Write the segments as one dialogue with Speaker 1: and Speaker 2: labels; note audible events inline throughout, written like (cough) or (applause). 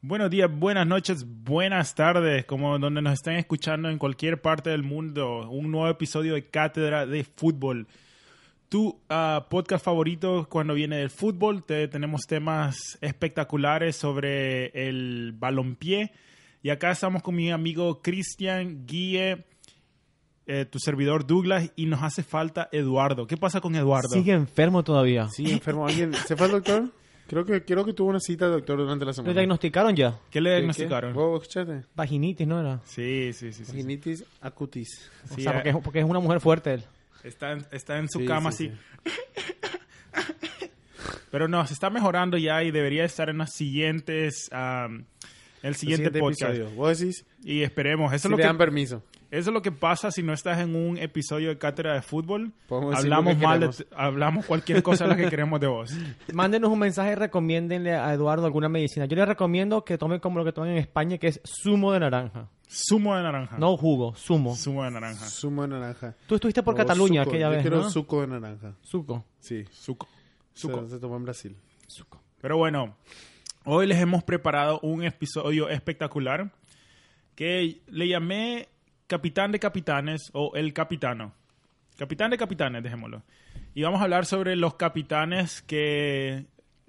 Speaker 1: Buenos días, buenas noches, buenas tardes, como donde nos estén escuchando en cualquier parte del mundo. Un nuevo episodio de Cátedra de Fútbol. Tu ah, podcast favorito cuando viene del fútbol. Te- tenemos temas espectaculares sobre el balompié. Y acá estamos con mi amigo Cristian Guille, eh, tu servidor Douglas, y nos hace falta Eduardo. ¿Qué pasa con Eduardo?
Speaker 2: Sigue enfermo todavía.
Speaker 3: Sí, enfermo alguien. ¿Se fue al doctor? Creo que, creo que tuvo una cita al doctor durante la
Speaker 2: ¿Lo
Speaker 3: semana.
Speaker 2: diagnosticaron ya?
Speaker 1: ¿Qué le
Speaker 3: ¿Qué-
Speaker 1: diagnosticaron?
Speaker 2: Oh.
Speaker 3: qué? Wow, escúchate.
Speaker 2: Vaginitis, ¿no era?
Speaker 1: Sí, sí, sí. sí, sí.
Speaker 3: Rinitis acutis.
Speaker 2: O
Speaker 1: Sí,
Speaker 2: sea,
Speaker 1: eh.
Speaker 2: porque, es- porque es una mujer fuerte él.
Speaker 1: Está en, está en su
Speaker 3: Sí,
Speaker 1: cama
Speaker 3: sí,
Speaker 1: así. Pero no, se está mejorando ya y debería estar en las siguientes, am, el siguiente,
Speaker 3: Siguiente
Speaker 1: podcast.
Speaker 3: episodio. Vos decís,
Speaker 1: Y esperemos. Eso,
Speaker 3: si
Speaker 1: es lo
Speaker 3: le
Speaker 1: que,
Speaker 3: dan permiso.
Speaker 1: eso es lo que pasa si no estás en un episodio de cátedra de fútbol.
Speaker 3: Podemos decir
Speaker 1: hablamos
Speaker 3: lo que
Speaker 1: mal, de-
Speaker 3: queremos.
Speaker 1: hablamos cualquier cosa de la que queremos de
Speaker 3: (laughs)
Speaker 1: vos.
Speaker 2: Mándenos un mensaje y recomiéndenle a Eduardo alguna medicina. Yo le recomiendo que tome como lo que toman en España, que es zumo de naranja.
Speaker 1: Zumo de naranja.
Speaker 2: No jugo, zumo.
Speaker 1: Ah. Zumo de naranja.
Speaker 3: Zumo de naranja.
Speaker 2: Tú estuviste por
Speaker 3: O
Speaker 2: Cataluña
Speaker 3: suco.
Speaker 2: aquella
Speaker 3: Yo
Speaker 2: vez,
Speaker 3: quiero
Speaker 2: ¿no?
Speaker 3: suco de naranja.
Speaker 2: Suco.
Speaker 3: Sí.
Speaker 1: Suco. Suco.
Speaker 3: Suco. Se, se toma en Brasil.
Speaker 2: Suco.
Speaker 1: Pero bueno, hoy les hemos preparado un episodio espectacular que le llamé Capitán de Capitanes o El Capitano. Capitán de Capitanes, dejémoslo. Y vamos a hablar sobre los capitanes que,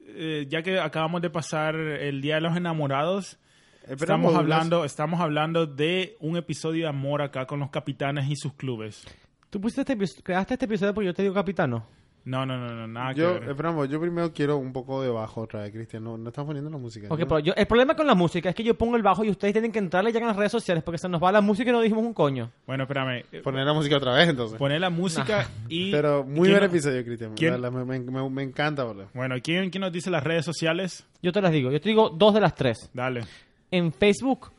Speaker 1: eh, ya que acabamos de pasar el Día de los Enamorados, estamos hablando, estamos hablando de un episodio de amor acá con los capitanes y sus clubes.
Speaker 2: Tú pusiste este, epi- creaste este episodio porque yo te digo capitano.
Speaker 1: No, no, no, no, nada que
Speaker 3: Yo, eh,
Speaker 1: ver.
Speaker 3: esperamos, yo primero quiero un poco de bajo otra vez, Cristian. No, no estamos poniendo la música.
Speaker 2: Porque
Speaker 3: ¿no?
Speaker 2: pero yo- el problema con la música es que yo pongo el bajo y ustedes tienen que entrarle ya en las redes sociales porque se nos va la música y no dijimos un coño.
Speaker 1: Bueno, espérame. eh,
Speaker 3: Poner la música otra vez, entonces.
Speaker 1: Poner la música y...
Speaker 3: Pero muy
Speaker 1: Pues ¿quién
Speaker 3: buen
Speaker 1: no-
Speaker 3: episodio, Cristian.
Speaker 1: ¿Quién?
Speaker 3: La- la- Me, me- me- me encanta, boludo.
Speaker 1: Bueno, ¿quién, ¿quién nos dice las redes sociales?
Speaker 2: Yo te las digo. Yo te digo dos de las tres.
Speaker 1: Dale.
Speaker 2: En Facebook,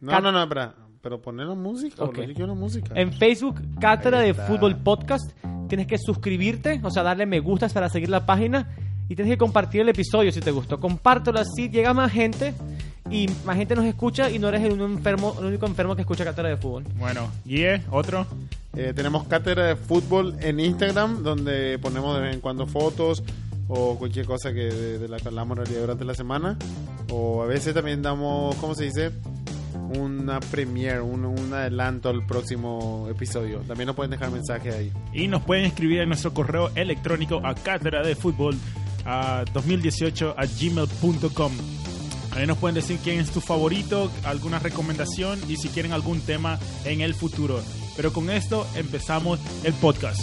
Speaker 3: No,
Speaker 2: Cat-
Speaker 3: no, no, espera. Pero poner la música, boludo.
Speaker 2: Ok.
Speaker 3: Yo quiero música.
Speaker 2: En Facebook, Cátedra
Speaker 3: Ahí
Speaker 2: de
Speaker 3: está.
Speaker 2: Fútbol Podcast. Tienes que suscribirte, o sea, darle me gustas para seguir la página. Y tienes que compartir el episodio si te gustó. Compártelo así, llega más gente. Y más gente nos escucha y no eres el, único enfermo, el único enfermo que escucha Cátedra de Fútbol.
Speaker 1: Bueno, Guille, otro.
Speaker 3: Eh, tenemos cátedra de fútbol en Instagram, donde ponemos de vez en cuando fotos o cualquier cosa que de, de la que hablamos en realidad durante la semana. O a veces también damos, ¿cómo se dice? Una premiere, un, un adelanto al próximo episodio. También nos pueden dejar mensajes ahí.
Speaker 1: Y nos pueden escribir en nuestro correo electrónico a cátedra de fútbol a 2018 a gmail.com. Ahí nos pueden decir quién es tu favorito, alguna recomendación y si quieren algún tema en el futuro. Pero con esto empezamos el podcast.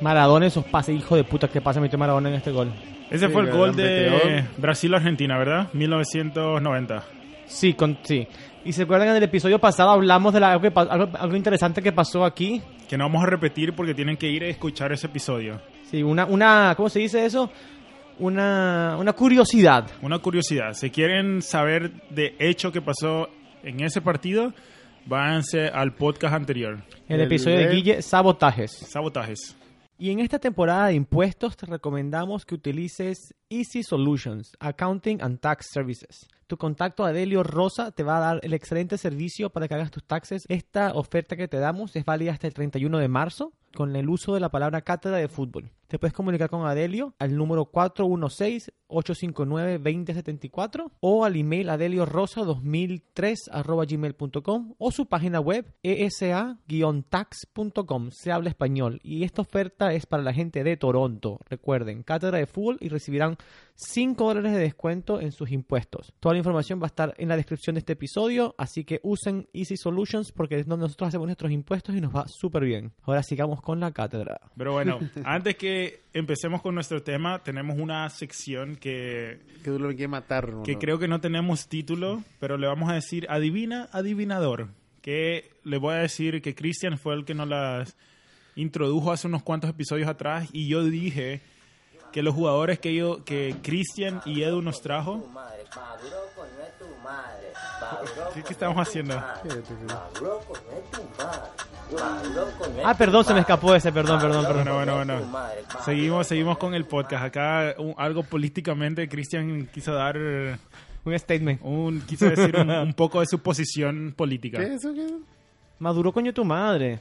Speaker 2: Maradona esos pases, hijo de puta, que pasa metió Maradona en este gol.
Speaker 1: Ese
Speaker 3: Sí,
Speaker 1: fue el
Speaker 3: gran
Speaker 1: gol de
Speaker 3: veteador.
Speaker 1: Brasil-Argentina, ¿verdad? 1990.
Speaker 2: Sí, con, sí. Y se acuerdan en el episodio pasado hablamos de la- algo, que pa- algo- algo interesante que pasó aquí.
Speaker 1: Que no vamos a repetir porque tienen que ir a escuchar ese episodio.
Speaker 2: Sí, una, una ¿cómo se dice eso? Una, una curiosidad.
Speaker 1: Una curiosidad, si quieren saber de hecho qué pasó en ese partido, váyanse al podcast anterior,
Speaker 2: El,
Speaker 3: El
Speaker 2: episodio de
Speaker 3: de-
Speaker 2: Guille, sabotajes.
Speaker 1: Sabotajes.
Speaker 2: Y en esta temporada de impuestos te recomendamos que utilices Easy Solutions, Accounting and Tax Services. Tu contacto Adelio Rosa te va a dar el excelente servicio para que hagas tus taxes. Esta oferta que te damos es válida hasta el 31 de marzo con el uso de la palabra cátedra de fútbol. Te puedes comunicar con Adelio al número 416-859-2074 o al email adeliorosa2003.gmail.com o su página web esa-tax.com. Se habla español. Y esta oferta es para la gente de Toronto. Recuerden, cátedra de fútbol y recibirán 5 dólares de descuento en sus impuestos. Toda la información va a estar en la descripción de este episodio, así que usen Easy Solutions porque es donde nosotros hacemos nuestros impuestos y nos va súper bien. Ahora sigamos con la cátedra.
Speaker 1: Pero bueno, antes que empecemos con nuestro tema, tenemos una sección que,
Speaker 3: Que tú lo quieres matar, Oh, ¿no?
Speaker 1: que creo que no tenemos título, pero le vamos a decir adivina, adivinador. Que le voy a decir que Cristian fue el que nos las introdujo hace unos cuantos episodios atrás y yo dije que los jugadores que yo, que Cristian y Edu nos trajo,
Speaker 4: madre, Baburoco no es tu madre. Baburoco
Speaker 1: ¿qué,
Speaker 4: no
Speaker 1: qué
Speaker 4: es
Speaker 1: estamos haciendo?
Speaker 4: Baburoco no es tu madre. Baburoco no es
Speaker 2: Ah,
Speaker 4: tu
Speaker 2: perdón, se me
Speaker 4: madre.
Speaker 2: escapó ese, perdón, perdón, perdón.
Speaker 1: Bueno, bueno,
Speaker 4: Tu
Speaker 1: bueno.
Speaker 4: madre, Baburoco no
Speaker 1: Seguimos,
Speaker 4: es
Speaker 1: seguimos
Speaker 4: tu
Speaker 1: con el podcast. Acá un- algo políticamente Cristian quiso dar eh,
Speaker 2: Un statement.
Speaker 1: un, quiso decir un, un poco de su posición política.
Speaker 3: ¿Qué es eso? ¿Qué es eso?
Speaker 2: Maduro, coño, tu madre.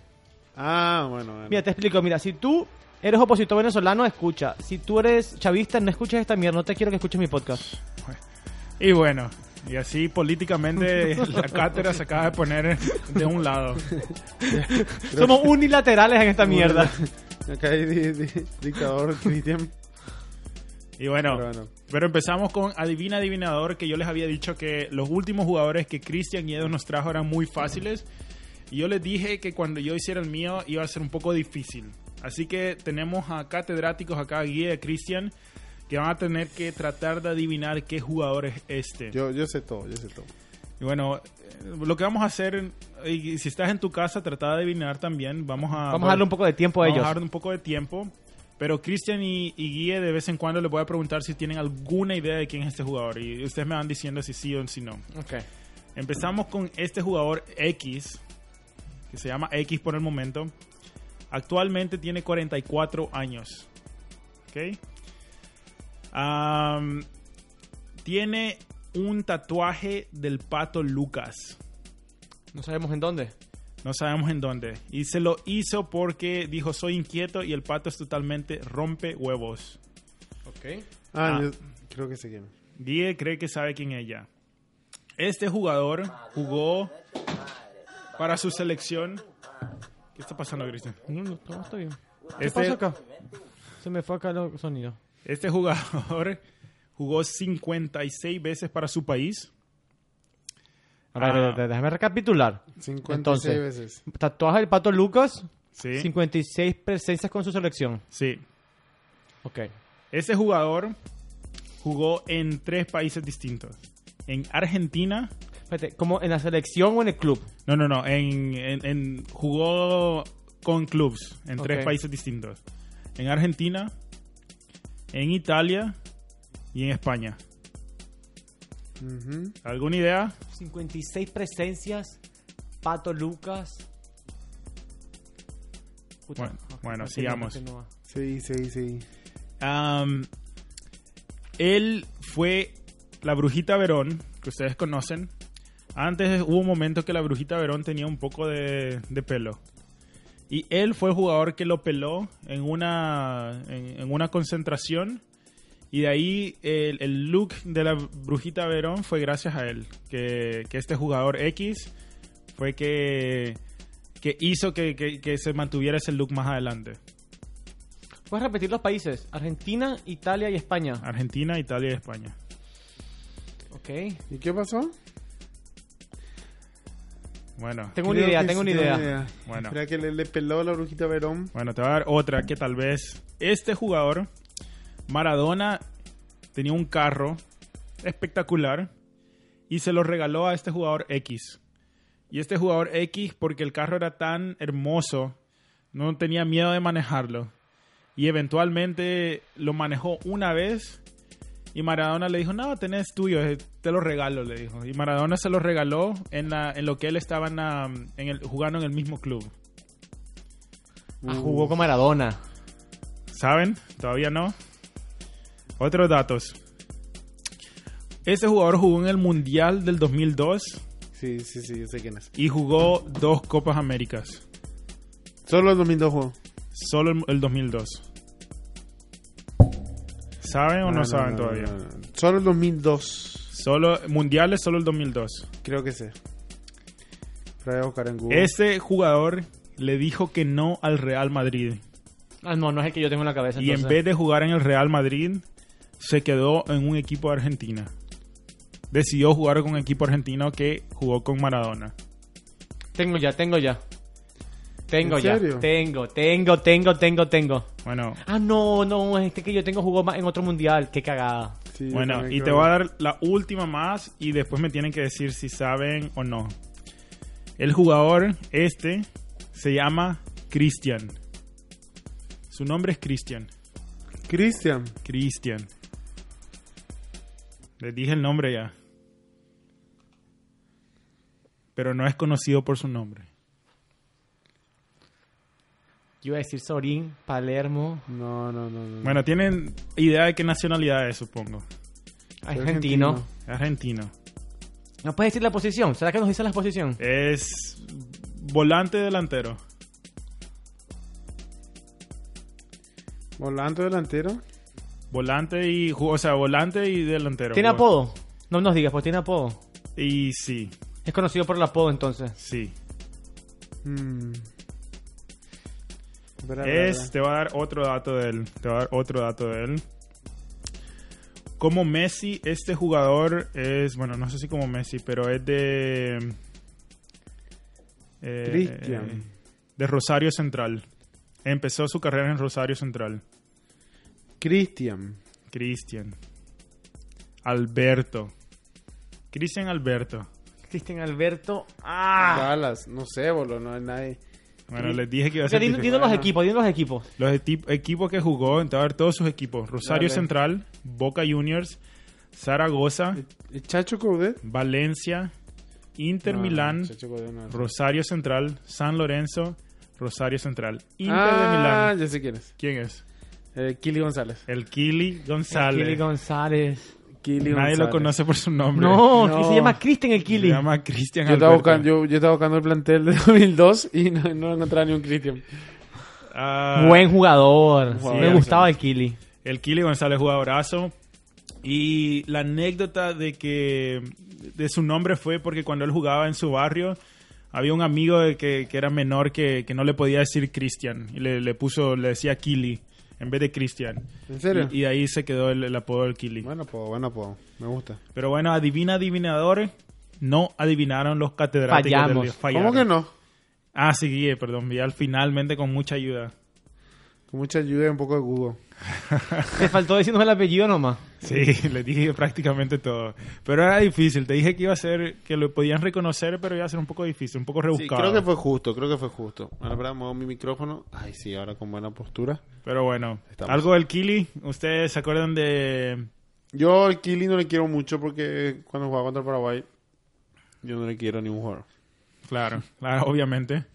Speaker 3: Ah, bueno, bueno.
Speaker 2: Mira, te explico, mira, si tú eres opositor venezolano, escucha. Si tú eres chavista, no escuches esta mierda, no te quiero que escuches mi podcast.
Speaker 1: Y bueno, y así políticamente la cátedra se acaba de poner de un lado.
Speaker 2: Somos unilaterales en esta mierda.
Speaker 3: (laughs) Acá hay di- di- dictador Cristian.
Speaker 1: Y bueno,
Speaker 3: Pero bueno.
Speaker 1: pero empezamos con Adivina Adivinador, que yo les había dicho que los últimos jugadores que Cristian y Edo nos trajo eran muy fáciles. Y yo les dije que cuando yo hiciera el mío iba a ser un poco difícil. Así que tenemos a catedráticos acá, guía de Cristian, que van a tener que tratar de adivinar qué jugador es este.
Speaker 3: Yo, yo sé todo, yo sé todo.
Speaker 1: Y bueno, eh, lo que vamos a hacer, y si estás en tu casa, trata de adivinar también. Vamos a,
Speaker 2: Vamos a darle un poco de tiempo a
Speaker 1: Vamos
Speaker 2: ellos.
Speaker 1: a darle un poco de tiempo. Pero Cristian y, y Guille de vez en cuando les voy a preguntar si tienen alguna idea de quién es este jugador. Y ustedes me van diciendo si sí o si no.
Speaker 2: Ok.
Speaker 1: Empezamos con este jugador X, que se llama X por el momento. Actualmente tiene 44 años. ¿Ok? Am, tiene un tatuaje del pato Lucas.
Speaker 2: No sabemos en dónde.
Speaker 1: No sabemos en dónde. Y se lo hizo porque dijo soy inquieto y el pato es totalmente rompe huevos.
Speaker 2: Ok.
Speaker 3: Ah,
Speaker 1: Ah.
Speaker 3: yo creo que sé quién.
Speaker 1: Die cree que sabe quién es ella. Este jugador jugó para su selección. ¿Qué está pasando, Cristian?
Speaker 2: No, no, todo está bien. ¿Qué
Speaker 1: Este-
Speaker 2: pasa acá? Se me fue acá el sonido.
Speaker 1: Este jugador jugó 56 veces para su país.
Speaker 2: A
Speaker 1: Ah.
Speaker 2: ver, a ver, a ver, déjame recapitular.
Speaker 3: 56
Speaker 2: Entonces,
Speaker 3: veces.
Speaker 2: Tatuaje del Pato Lucas,
Speaker 1: Sí.
Speaker 2: 56 presencias con su selección.
Speaker 1: Sí.
Speaker 2: Ok.
Speaker 1: Este jugador jugó en tres países distintos. En Argentina.
Speaker 2: Espérate, ¿como en la selección o en el club?
Speaker 1: No, no, no. En, en- en- jugó con clubs en tres
Speaker 2: Ok.
Speaker 1: países distintos. En Argentina, en Italia y en España.
Speaker 3: Ujú.
Speaker 1: ¿Alguna idea?
Speaker 2: 56 presencias, Pato Lucas. Puta,
Speaker 1: Bueno,
Speaker 2: ok,
Speaker 1: bueno,
Speaker 2: no, que no,
Speaker 1: sigamos.
Speaker 2: que no va.
Speaker 3: Sí, sí, sí.
Speaker 1: Am, él fue la Brujita Verón, que ustedes conocen. Antes hubo un momento que la Brujita Verón tenía un poco de, de pelo. Y él fue el jugador que lo peló en una, en, en una concentración. Y de ahí el, el look de la Brujita Verón fue gracias a él. Que, que este jugador X fue que, que hizo que, que- que se mantuviera ese look más adelante.
Speaker 2: Puedes repetir los países: Argentina, Italia y España.
Speaker 1: Argentina, Italia y España.
Speaker 2: Ok.
Speaker 3: ¿Y qué pasó?
Speaker 1: Bueno,
Speaker 2: Tengo una
Speaker 3: Creo
Speaker 2: idea,
Speaker 3: que
Speaker 2: tengo
Speaker 3: sí
Speaker 2: una idea.
Speaker 1: Bueno.
Speaker 3: Era que le, le peló a la brujita Verón.
Speaker 1: bueno, te voy a dar otra que tal vez este jugador, Maradona, tenía un carro espectacular y se lo regaló a este jugador X. Y este jugador X, porque el carro era tan hermoso, no tenía miedo de manejarlo. Y eventualmente lo manejó una vez y Maradona le dijo, no, tenés tuyo, eh, te lo regalo, le dijo. Y Maradona se lo regaló en, la- en lo que él estaba en la- en el, jugando en el mismo club.
Speaker 2: Ah, jugó con Maradona.
Speaker 1: ¿Saben? Todavía no. Otros datos. Este jugador jugó en el Mundial del 2002
Speaker 3: Sí, sí, sí, yo sé quién es.
Speaker 1: y jugó dos Copas Américas.
Speaker 3: Solo el 2002 jugó.
Speaker 1: Solo el, el 2002. ¿Saben
Speaker 3: Ah,
Speaker 1: o no, saben todavía?
Speaker 3: Solo el 2002,
Speaker 1: Solo mundiales, solo el 2002.
Speaker 3: creo que sé. Pero voy a buscar en Google.
Speaker 1: Este jugador le dijo que no al Real Madrid.
Speaker 2: Ah, no, no es el que yo tengo en la cabeza.
Speaker 1: Y en
Speaker 2: entonces.
Speaker 1: vez de jugar en el Real Madrid, se quedó en un equipo de Argentina. Decidió jugar con un equipo argentino que jugó con Maradona.
Speaker 2: Tengo ya, tengo ya. Tengo
Speaker 3: ¿En
Speaker 2: ya.
Speaker 3: serio?
Speaker 2: Tengo, tengo, tengo, tengo, tengo.
Speaker 1: Bueno,
Speaker 2: Ah, no, no, este que yo tengo jugó más en otro mundial. Qué cagada.
Speaker 3: Sí, yo
Speaker 1: bueno,
Speaker 3: también
Speaker 1: y te
Speaker 3: creo.
Speaker 1: voy a dar la última más y después me tienen que decir si saben o no. El jugador este se llama Cristian. Su nombre es Cristian.
Speaker 3: Cristian.
Speaker 1: Cristian. Les dije el nombre ya. Pero no es conocido por su nombre.
Speaker 2: Yo iba a decir Sorín, Palermo,
Speaker 3: No, no, no. no.
Speaker 1: Bueno, tienen idea de qué nacionalidad es, supongo.
Speaker 2: argentino.
Speaker 3: Argentino.
Speaker 1: Argentino.
Speaker 2: ¿No puedes decir la posición? ¿Será que nos dicen la posición?
Speaker 1: Es volante delantero.
Speaker 3: Volante delantero.
Speaker 1: Volante y. ju- O sea, volante y delantero.
Speaker 2: ¿Tiene
Speaker 1: Ju-
Speaker 2: apodo? No nos digas, pues tiene apodo.
Speaker 1: Y sí,
Speaker 2: Es conocido por el apodo entonces.
Speaker 1: sí.
Speaker 3: Mm. Espera, espera,
Speaker 1: Es,
Speaker 3: espera.
Speaker 1: te voy a dar otro dato de él. Te voy a dar otro dato de él. Como Messi, este jugador es, bueno, no sé si como Messi, pero es de... eh,
Speaker 3: Cristian.
Speaker 1: De Rosario Central. Empezó su carrera en Rosario Central.
Speaker 3: Cristian.
Speaker 1: Cristian. Alberto. Cristian Alberto.
Speaker 2: Cristian Alberto. ¡Ah!
Speaker 3: Dallas. No sé, boludo. No hay nadie.
Speaker 1: Bueno, les dije que iba a
Speaker 2: O sea,
Speaker 1: ser...
Speaker 2: di-
Speaker 1: difícil.
Speaker 2: Dinos los equipos, dinos los equipos.
Speaker 1: Los eti- equipos que jugó, te voy a dar todos sus equipos. Rosario
Speaker 3: Dale.
Speaker 1: Central, Boca Juniors, Zaragoza,
Speaker 3: ¿El Chacho Coudet?
Speaker 1: Valencia, Inter
Speaker 3: No,
Speaker 1: Milán,
Speaker 3: Chacho Coudet no.
Speaker 1: Rosario Central, San Lorenzo, Rosario Central, Inter de
Speaker 3: Ah,
Speaker 1: Milán.
Speaker 3: ya sé quién es.
Speaker 1: ¿Quién es?
Speaker 3: Eh, Kili González.
Speaker 1: El Kili González.
Speaker 2: Kili González.
Speaker 3: Kili
Speaker 1: Nadie
Speaker 3: González.
Speaker 1: lo conoce por su nombre.
Speaker 2: No,
Speaker 3: No.
Speaker 2: que se llama Cristian el
Speaker 1: Se
Speaker 2: Kili.
Speaker 1: llama Cristian
Speaker 3: Yo estaba,
Speaker 1: Alberto.
Speaker 3: buscando, yo, yo estaba buscando el plantel de (laughs) 2002 y no, no encontraba ni un Cristian.
Speaker 1: Ah,
Speaker 2: Buen jugador.
Speaker 3: jugador.
Speaker 2: Me
Speaker 1: Sí,
Speaker 2: gustaba el Kili.
Speaker 1: El Kili González jugadorazo. Y la anécdota de que de su nombre fue porque cuando él jugaba en su barrio había un amigo de que, que era menor que, que no le podía decir Cristian y le, le puso le decía Kili en vez de Cristian.
Speaker 3: ¿En serio?
Speaker 1: Y, y ahí se quedó el, el apodo del Kili.
Speaker 3: Bueno, pues, bueno, pues. Me gusta.
Speaker 1: Pero bueno, adivina adivinadores, no adivinaron los catedráticos
Speaker 2: Fallamos.
Speaker 1: del
Speaker 3: ¿Cómo que no?
Speaker 1: Ah, sí, Guille, perdón, Vidal finalmente con mucha ayuda.
Speaker 3: Con mucha ayuda y un poco de Google.
Speaker 2: Te faltó decirnos el apellido nomás.
Speaker 1: Sí, (laughs) le dije prácticamente todo. Pero era difícil. Te dije que iba a ser, que lo podían reconocer, pero iba a ser un poco difícil, un poco
Speaker 3: Sí,
Speaker 1: rebuscado.
Speaker 3: creo que fue justo, creo que fue justo. Ahora, verdad, muevo mi micrófono. Ay, sí, ahora con buena postura.
Speaker 1: Pero bueno,
Speaker 3: Estamos.
Speaker 1: algo del Kili. ¿Ustedes se acuerdan de...?
Speaker 3: Yo al Kili no le quiero mucho porque cuando jugaba contra el Paraguay, yo no le quiero ni un jugador.
Speaker 1: Claro, claro,
Speaker 3: (laughs)
Speaker 1: obviamente.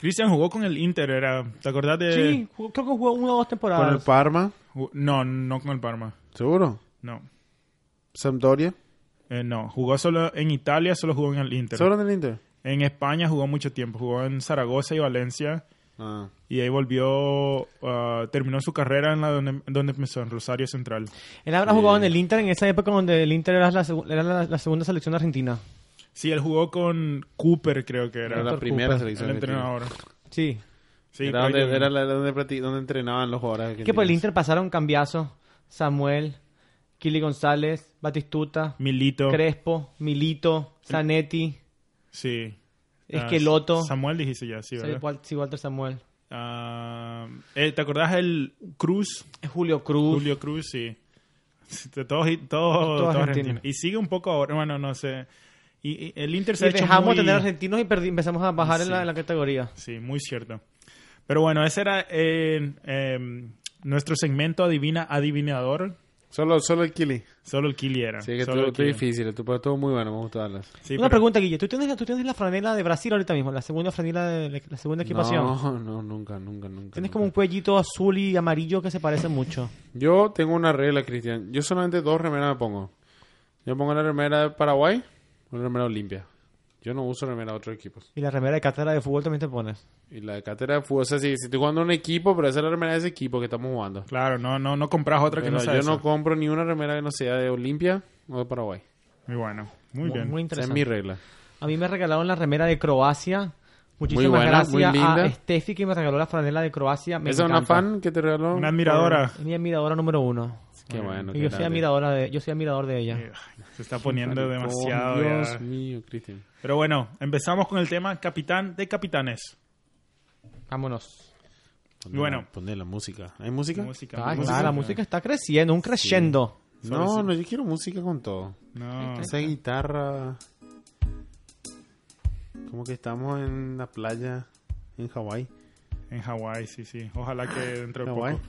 Speaker 1: Cristian jugó con el Inter, era... ¿Te acordás de...?
Speaker 2: Sí, jugó- creo que jugó una o
Speaker 1: Ah,
Speaker 2: dos
Speaker 3: Con el
Speaker 2: temporadas.
Speaker 3: Parma,
Speaker 1: Ju- No, no con el Parma.
Speaker 3: seguro.
Speaker 1: No.
Speaker 3: Sampdoria.
Speaker 1: Eh, no, jugó solo en Italia, solo jugó en el Inter.
Speaker 3: ¿Seguro del Inter?
Speaker 1: En España jugó mucho tiempo. Jugó en Zaragoza y Valencia.
Speaker 3: Ah.
Speaker 1: Y ahí volvió... ah, terminó su carrera en la donde, donde empezó, en Rosario Central.
Speaker 2: Él habrá jugado en el Inter en esa época donde el Inter era la, segu- era la- la segunda selección argentina.
Speaker 1: Sí, él jugó con Cooper, creo que era.
Speaker 3: Era la
Speaker 2: Héctor
Speaker 3: primera
Speaker 2: Cooper,
Speaker 1: el
Speaker 3: selección. que tiene.
Speaker 1: entrenador.
Speaker 2: Sí.
Speaker 1: Sí,
Speaker 3: era donde,
Speaker 1: prácticamente.
Speaker 3: era la- donde, practi- donde entrenaban los jugadores.
Speaker 2: que por el
Speaker 3: argentinos.
Speaker 2: Inter pasaron cambiazo. Samuel, Kili González, Batistuta,
Speaker 1: Milito.
Speaker 2: Crespo, Milito, Zanetti,
Speaker 1: Sí. Ah,
Speaker 2: Esqueloto,
Speaker 1: Samuel dijiste ya, sí,
Speaker 2: Sí,
Speaker 1: ¿verdad?
Speaker 2: Wal- sí, Walter Samuel,
Speaker 1: Ah, eh, ¿Te acordás el Cruz?
Speaker 2: Julio Cruz.
Speaker 1: Julio Cruz, sí. Sí, de Todos, y- todos, todos
Speaker 2: argentinos.
Speaker 1: argentinos. Y sigue un poco ahora, bueno, no sé. Y, y el Inter se ha
Speaker 2: Y
Speaker 1: hecho
Speaker 2: dejamos
Speaker 1: muy-
Speaker 2: tener argentinos y perdi- empezamos a bajar en, la,
Speaker 1: Sí.
Speaker 2: en la categoría.
Speaker 1: Sí, muy cierto. Pero bueno, ese era eh, eh, nuestro segmento Adivina Adivinador.
Speaker 3: Solo, solo el Kili.
Speaker 1: Solo el Kili era.
Speaker 3: Sí,
Speaker 1: Solo
Speaker 3: que estuvo
Speaker 1: el
Speaker 3: estuvo
Speaker 1: Kili.
Speaker 3: difícil, estuvo estuvo muy bueno, me gustó Dallas.
Speaker 1: Sí,
Speaker 2: Una
Speaker 1: pero-
Speaker 2: pregunta, Guille. ¿Tú tienes, ¿Tú tienes la franela de Brasil ahorita mismo? La segunda franela, de, la- la segunda equipación.
Speaker 3: No, (laughs) no, nunca, nunca, nunca.
Speaker 2: Tienes
Speaker 3: nunca.
Speaker 2: como un cuellito azul y amarillo que se parece mucho.
Speaker 3: Yo tengo una regla, Cristian. Yo solamente dos remeras me pongo. Yo pongo la remera de Paraguay o la remera Olimpia. Yo no uso remera de otros equipos.
Speaker 2: Y la remera de cátedra de fútbol también te pones.
Speaker 3: Y la de cátedra de fútbol, o sea, si, si estoy jugando un equipo, pero esa es la remera de ese equipo que estamos jugando.
Speaker 1: Claro, no, no, no compras otra que
Speaker 3: Pero
Speaker 1: no
Speaker 3: yo
Speaker 1: sea esa.
Speaker 3: no compro ni una remera que no sea de Olimpia o de Paraguay.
Speaker 1: Muy bueno, muy bien.
Speaker 2: Muy
Speaker 3: Esa es
Speaker 2: interesante.
Speaker 3: mi regla.
Speaker 2: A mí me regalaron la remera de Croacia. Muchísimas
Speaker 3: buena, muy
Speaker 2: gracias
Speaker 3: linda.
Speaker 2: a Steffi que me regaló la franela de Croacia. Me
Speaker 3: ¿Esa es una
Speaker 2: encanta.
Speaker 3: fan que te regaló?
Speaker 1: Una admiradora.
Speaker 2: Es mi admiradora número uno.
Speaker 3: Qué bueno.
Speaker 2: Y
Speaker 3: qué
Speaker 2: yo soy
Speaker 3: grande.
Speaker 2: admiradora de, yo soy admirador de ella.
Speaker 1: Eh, Se está poniendo
Speaker 3: Maricón,
Speaker 1: demasiado. ya.
Speaker 3: Dios mío, Cristian.
Speaker 1: Pero bueno, empezamos con el tema capitán de capitanes.
Speaker 2: Vámonos.
Speaker 3: Ponle
Speaker 1: Bueno.
Speaker 3: la- Ponle la música. ¿Hay música?
Speaker 1: Música.
Speaker 2: Ah,
Speaker 1: música.
Speaker 2: claro, la música está creciendo, un crescendo.
Speaker 3: No, no, yo quiero música con todo.
Speaker 1: No.
Speaker 3: Esa guitarra. Como que estamos en la playa en Hawái.
Speaker 1: En Hawái, sí, sí. Ojalá que dentro de
Speaker 3: Hawái.
Speaker 1: poco.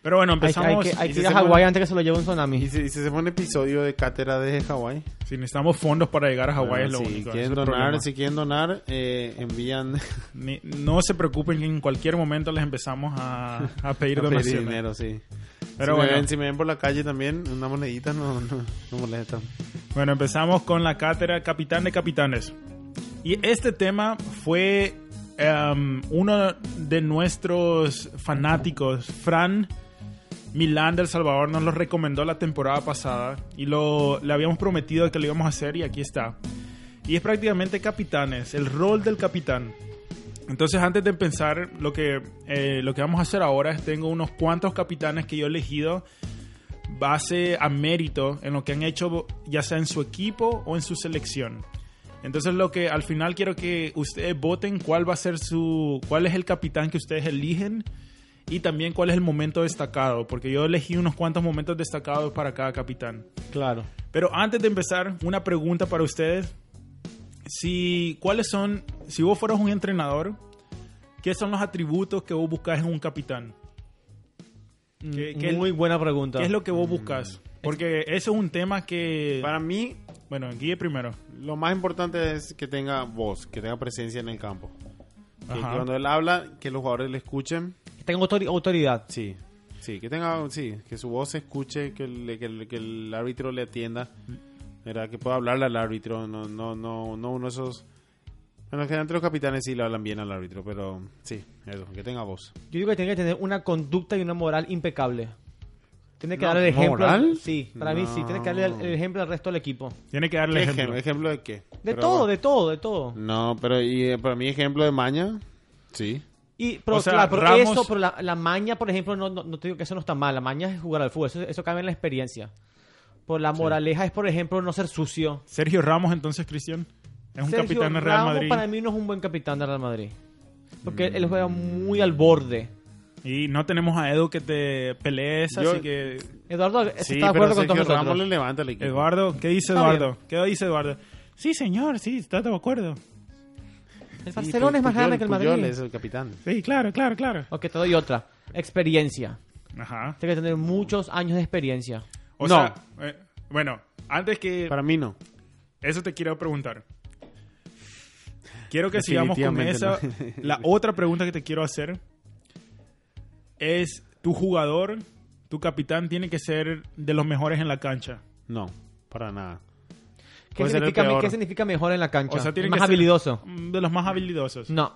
Speaker 1: Pero bueno,
Speaker 2: Ah, Hay, hay
Speaker 1: empezamos.
Speaker 2: que, hay
Speaker 1: Y
Speaker 2: que
Speaker 1: si
Speaker 2: ir a
Speaker 1: hacemos-
Speaker 2: Hawái antes que se lo lleve un
Speaker 3: Y
Speaker 2: tsunami.
Speaker 3: si, y si se pone episodio de cátedra de Hawái.
Speaker 1: Si necesitamos fondos para llegar a Hawái,
Speaker 2: Ah,
Speaker 3: Bueno,
Speaker 1: es lo
Speaker 3: si
Speaker 1: único. ese
Speaker 3: Quieren
Speaker 1: es el
Speaker 3: donar,
Speaker 1: problema.
Speaker 3: si quieren donar, eh, (laughs) envían
Speaker 1: Ni- no se preocupen, que en cualquier momento les empezamos a,
Speaker 2: (laughs)
Speaker 1: a pedir
Speaker 3: a pedir
Speaker 1: donaciones.
Speaker 3: dinero, sí.
Speaker 1: Pero
Speaker 3: si,
Speaker 1: bueno.
Speaker 3: me ven, si me ven por la calle también, una monedita no, no, no molesta.
Speaker 1: Bueno, empezamos con la cátedra Capitán de Capitanes. Y este tema fue em, uno de nuestros fanáticos, Fran Milán del Salvador, nos lo recomendó la temporada pasada y lo, le habíamos prometido que lo íbamos a hacer y aquí está. Y es prácticamente capitanes, el rol del capitán. Entonces, antes de empezar, lo que, eh, lo que vamos a hacer ahora es tengo unos cuantos capitanes que yo he elegido base a mérito en lo que han hecho ya sea en su equipo o en su selección. Entonces lo que al final quiero que ustedes voten cuál va a ser su cuál es el capitán que ustedes eligen y también cuál es el momento destacado, porque yo elegí unos cuantos momentos destacados para cada capitán.
Speaker 2: Claro.
Speaker 1: Pero antes de empezar, una pregunta para ustedes. Si, ¿Cuáles son, si vos fueras un entrenador, qué son los atributos que vos buscas en un capitán? ¿Qué- qué-
Speaker 2: Muy buena pregunta.
Speaker 1: ¿Qué es lo que vos buscas? Porque eso es un tema que...
Speaker 3: Para mí,
Speaker 1: Bueno, Guille primero.
Speaker 3: lo más importante es que tenga voz, que tenga presencia en el campo. Que, que
Speaker 1: Ajá.
Speaker 3: cuando él habla, que los jugadores le escuchen.
Speaker 2: Tengo autori- autoridad.
Speaker 3: Sí, sí, que tenga, sí, que su voz se escuche, que el, que el, que el árbitro le atienda, ¿verdad? Que pueda hablarle al árbitro, no, no, no, no uno de esos... Bueno, generalmente los capitanes sí le hablan bien al árbitro, pero sí, eso, que tenga voz.
Speaker 2: Yo digo que tiene que tener una conducta y una moral impecable. Tiene que
Speaker 3: No,
Speaker 2: dar el ejemplo.
Speaker 3: ¿moral?
Speaker 2: Sí, para mí sí. Tiene que darle el, el ejemplo al resto del equipo.
Speaker 1: Tiene que darle
Speaker 3: ¿Qué
Speaker 1: ejemplo.
Speaker 3: ejemplo? ¿Ejemplo de qué?
Speaker 2: De
Speaker 3: Pero
Speaker 2: todo,
Speaker 3: bueno.
Speaker 2: de todo, de todo.
Speaker 3: No, pero y eh, para mí ejemplo de maña, sí.
Speaker 2: Y, pero,
Speaker 1: O sea,
Speaker 2: claro, pero
Speaker 1: Ramos-
Speaker 2: eso, pero la, la maña, por ejemplo, no, no, no te digo que eso no está mal. La maña es jugar al fútbol. Eso, eso cambia en la experiencia. Por la moraleja es, por ejemplo, no ser sucio.
Speaker 1: Sergio Ramos entonces, Cristian. Es un
Speaker 2: Sergio
Speaker 1: capitán de Real
Speaker 2: Ramos
Speaker 1: Madrid.
Speaker 2: para mí no es un buen capitán de Real Madrid. Porque él juega muy al borde.
Speaker 1: Y no tenemos a Edu que te pelees,
Speaker 3: Yo-
Speaker 1: así que...
Speaker 2: Eduardo ¿estás
Speaker 3: Sí,
Speaker 2: de
Speaker 3: pero
Speaker 2: acuerdo con
Speaker 3: Sergio
Speaker 2: todos
Speaker 3: Ramos
Speaker 2: nosotros?
Speaker 3: le levanta el equipo.
Speaker 1: Eduardo, ¿qué dice
Speaker 2: Está
Speaker 1: Eduardo? ¿Qué dice Eduardo? Sí, señor, sí, está de acuerdo.
Speaker 2: El
Speaker 3: Sí,
Speaker 2: Barcelona es más
Speaker 3: Puyol-
Speaker 2: grande que el
Speaker 3: Puyol
Speaker 2: Madrid.
Speaker 3: es el capitán.
Speaker 1: Sí, claro, claro, claro.
Speaker 2: Ok, te doy otra. Experiencia.
Speaker 1: Ajá.
Speaker 2: Tiene que tener muchos años de experiencia.
Speaker 1: O
Speaker 3: No.
Speaker 1: sea, eh, bueno, antes que...
Speaker 3: Para mí no.
Speaker 1: Eso te quiero preguntar. Quiero que sigamos con esa.
Speaker 3: Definitivamente (laughs)
Speaker 1: La otra pregunta que te quiero hacer es, tu jugador, tu capitán, tiene que ser de los mejores en la cancha.
Speaker 3: No, para nada.
Speaker 2: ¿Qué
Speaker 3: Puede ser el
Speaker 2: significa,
Speaker 3: peor.
Speaker 2: qué significa mejor en la cancha?
Speaker 1: O sea, tiene
Speaker 2: más
Speaker 1: que ser
Speaker 2: habilidoso. Mm.
Speaker 1: De los más habilidosos.
Speaker 2: No.